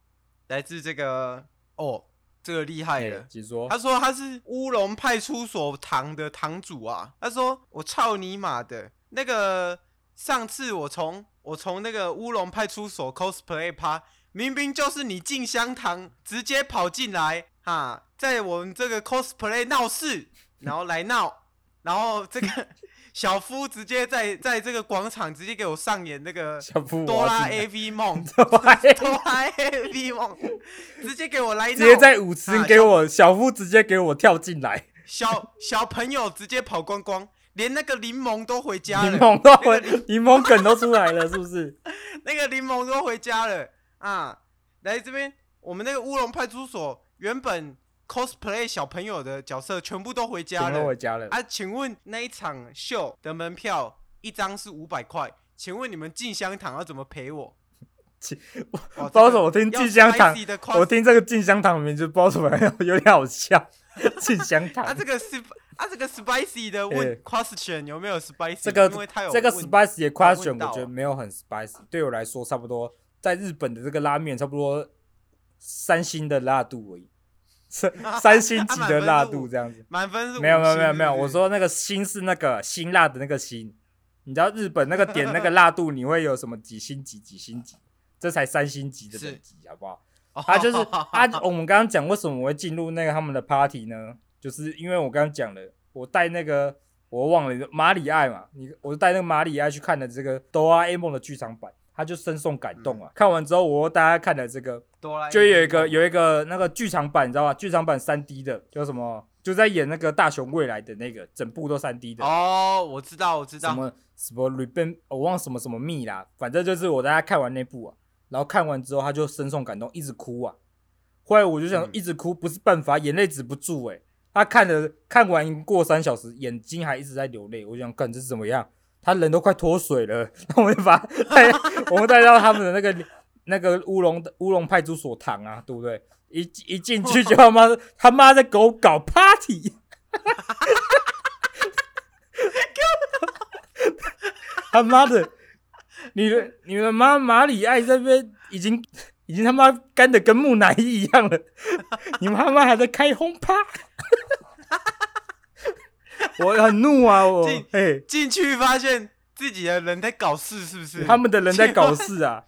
[SPEAKER 1] 来自这个哦，这个厉害
[SPEAKER 2] 哎
[SPEAKER 1] 了，。
[SPEAKER 2] 请说
[SPEAKER 1] 他。说他是乌龙派出所堂的堂主啊。他说我操你妈的，那个上次我从我从那个乌龙派出所 cosplay 趴，明明就是你进香堂直接跑进来哈，在我们这个 cosplay 闹事，然后来闹，然后这 个小夫直接在在这个广场直接给我上演那个
[SPEAKER 2] 小夫，
[SPEAKER 1] 哆
[SPEAKER 2] 我要
[SPEAKER 1] 啦
[SPEAKER 2] 进来
[SPEAKER 1] A V 梦，
[SPEAKER 2] 哆啦 A
[SPEAKER 1] 哆啦 A V 梦，直接给我来
[SPEAKER 2] 直接
[SPEAKER 1] 闹
[SPEAKER 2] 在舞池
[SPEAKER 1] 啊
[SPEAKER 2] 给我小夫直接给我跳进来，
[SPEAKER 1] 小小朋友直接跑光光，连那个柠檬都回家
[SPEAKER 2] 柠
[SPEAKER 1] 了，
[SPEAKER 2] 檬都回柠檬梗都出来了，是不是？
[SPEAKER 1] 那个柠檬都回家了啊！来这边，我们那个乌龙派出所原本 cosplay 小朋友的角色全部都回 家
[SPEAKER 2] 全
[SPEAKER 1] 了
[SPEAKER 2] 都回家了。
[SPEAKER 1] 啊！请问那一场秀的门票一张是五百块，请问你们进香堂要怎么赔我？
[SPEAKER 2] 请
[SPEAKER 1] 哇这
[SPEAKER 2] 不知道为
[SPEAKER 1] 个
[SPEAKER 2] 什么我听
[SPEAKER 1] 要
[SPEAKER 2] 进香堂
[SPEAKER 1] spicy 的
[SPEAKER 2] 我
[SPEAKER 1] cos-
[SPEAKER 2] 听这个进香堂的名字，不知道怎么样，有点好 笑。进香堂，
[SPEAKER 1] 啊，这个是啊，这个 spicy 的
[SPEAKER 2] 哎
[SPEAKER 1] 问 question 有没有 spicy？
[SPEAKER 2] 这个
[SPEAKER 1] 因为他有
[SPEAKER 2] 这个
[SPEAKER 1] 问他
[SPEAKER 2] spicy 的
[SPEAKER 1] 有问
[SPEAKER 2] question
[SPEAKER 1] 到
[SPEAKER 2] 我觉得
[SPEAKER 1] 啊
[SPEAKER 2] 没有很 spicy，对我来说差不多，在日本的这个拉面差不多三星的辣度而已，三
[SPEAKER 1] 啊
[SPEAKER 2] 三星级的辣度这样子。
[SPEAKER 1] 满分是
[SPEAKER 2] 没有
[SPEAKER 1] 五
[SPEAKER 2] 没有没
[SPEAKER 1] 星
[SPEAKER 2] 有没有，
[SPEAKER 1] 是不
[SPEAKER 2] 我
[SPEAKER 1] 是
[SPEAKER 2] 说那个辛是那个辛辣的那个辛，你知道日本那个点那个辣度，你会有什么几星级几星级？这才三星级的
[SPEAKER 1] 是，
[SPEAKER 2] 等级，好不好？他啊就是他 我们刚刚讲为什么我会进入那个他们的 party 呢？就是因为我刚刚讲了，我带那个我忘了马里爱嘛，你我带那个马里爱去看了这个哆啦 A 梦的剧场版，他就深受感动啊。看完之后，我又带他看了这个
[SPEAKER 1] 哆啦 A
[SPEAKER 2] 就有一
[SPEAKER 1] 梦
[SPEAKER 2] 个有一个那个剧场版，你知道吧？剧场版三 D 的叫什么？就在演那个大雄未来的那个，整部都三 D 的。
[SPEAKER 1] 哦，我知道，我知
[SPEAKER 2] 什
[SPEAKER 1] 道，
[SPEAKER 2] 么什么 Reben，我忘了什么什么蜜啦，反正就是我大家看完那部啊，然后看完之后他就深受感动，一直哭啊。后来我就想
[SPEAKER 1] 嗯，
[SPEAKER 2] 一直哭不是办法，眼泪止不住诶、他看了看完过三小时，眼睛还一直在流泪，我就想，看这是怎么样？他人都快脱水了，那我们就把带 我们带到他们的那个那个乌龙乌龙派出所堂啊，对不对？一一进去就他妈 他妈在狗搞 party。他妈的，你的你们妈马里爱这边已经已经他妈干的跟木乃伊一样了，你们他妈还在开轰趴， 我很怒啊！我
[SPEAKER 1] 进
[SPEAKER 2] 哎，
[SPEAKER 1] 进去发现自己的人在搞事，是不是？
[SPEAKER 2] 他们的人在搞事啊，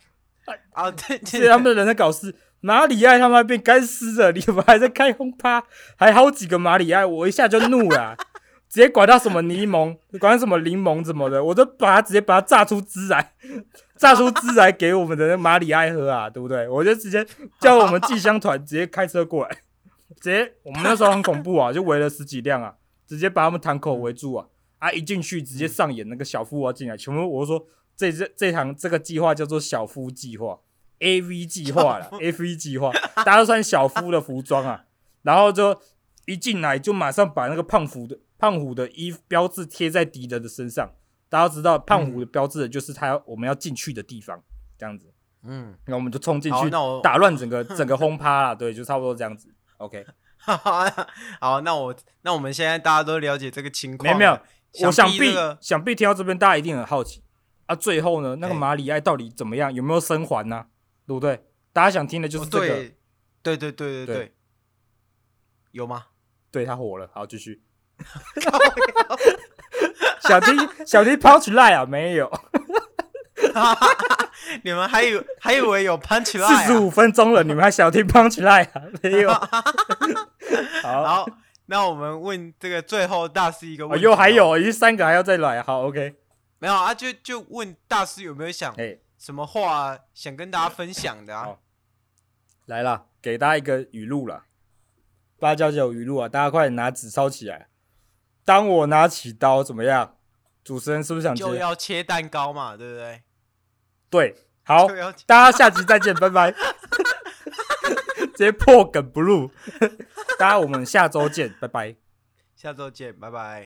[SPEAKER 1] 啊，对，
[SPEAKER 2] 是他们的人在搞事。马里爱他妈变干尸了，你们还在开轰趴，还好几个马里爱，我一下就怒了啊、 直接管他什么柠檬，管他什么柠檬什么的，我都把他直接把它榨出汁来， 榨出汁来给我们的那马里爱喝啊，对不对？我就直接叫我们寄香团直接开车过来，直接我们那时候很恐怖啊，就围了十几辆啊，直接把他们堂口围住
[SPEAKER 1] 嗯
[SPEAKER 2] 啊，啊一进去直接上演那个小夫要进来，全部我就说这这这堂这个计划叫做小夫计划，A V 计划啦 a V 计划，大家都穿小夫的服装啊，然后就一进来就马上把那个胖虎的胖虎的衣服标志贴在敌人的身上。大家知道胖虎的标志就是他要我们要进去的地方，这样子，
[SPEAKER 1] 嗯，
[SPEAKER 2] 那我们就冲进
[SPEAKER 1] 好
[SPEAKER 2] 去
[SPEAKER 1] 那我
[SPEAKER 2] 打乱整个整个轰趴啦，对，就差不多这样子。OK，
[SPEAKER 1] 好，那我那我们现在大家都了解这个情况
[SPEAKER 2] 没
[SPEAKER 1] 了，
[SPEAKER 2] 有没有，我想
[SPEAKER 1] 必这个哎
[SPEAKER 2] 想必听到这边大家一定很好奇啊，最后呢那个
[SPEAKER 1] 嘿
[SPEAKER 2] 马里爱到底怎么样，有没有生还呢、对不对？大家想听的就是
[SPEAKER 1] 哦
[SPEAKER 2] 这个，
[SPEAKER 1] 对对对对对
[SPEAKER 2] 对
[SPEAKER 1] 对，有吗？
[SPEAKER 2] 对他火了，好继续。
[SPEAKER 1] 哦
[SPEAKER 2] 小弟小弟抛出来啊，没有，
[SPEAKER 1] 你们还以为还以为有 punch
[SPEAKER 2] 四
[SPEAKER 1] line 啊
[SPEAKER 2] 十五分钟了，你们还小弟抛出 来啊，没有。好，
[SPEAKER 1] 好，那我们问这个最后大师一个
[SPEAKER 2] 哦
[SPEAKER 1] 问题哦，
[SPEAKER 2] 又还有，已经三个还要再来，啊好，OK，
[SPEAKER 1] 没有啊？就就问大师有没有想
[SPEAKER 2] 哎，
[SPEAKER 1] 什么话想跟大家分享的啊
[SPEAKER 2] 好？来啦，给大家一个语录啦，芭蕉酒语录啊，大家快点拿纸抄起来。当我拿起刀，怎么样？主持人是不是想
[SPEAKER 1] 就
[SPEAKER 2] 接？
[SPEAKER 1] 要切蛋糕嘛，对不对？
[SPEAKER 2] 对，好
[SPEAKER 1] 就，要切
[SPEAKER 2] 大家下集再见，拜拜。直接破梗不入，大家我们下周见，拜拜。
[SPEAKER 1] 下周见，拜拜。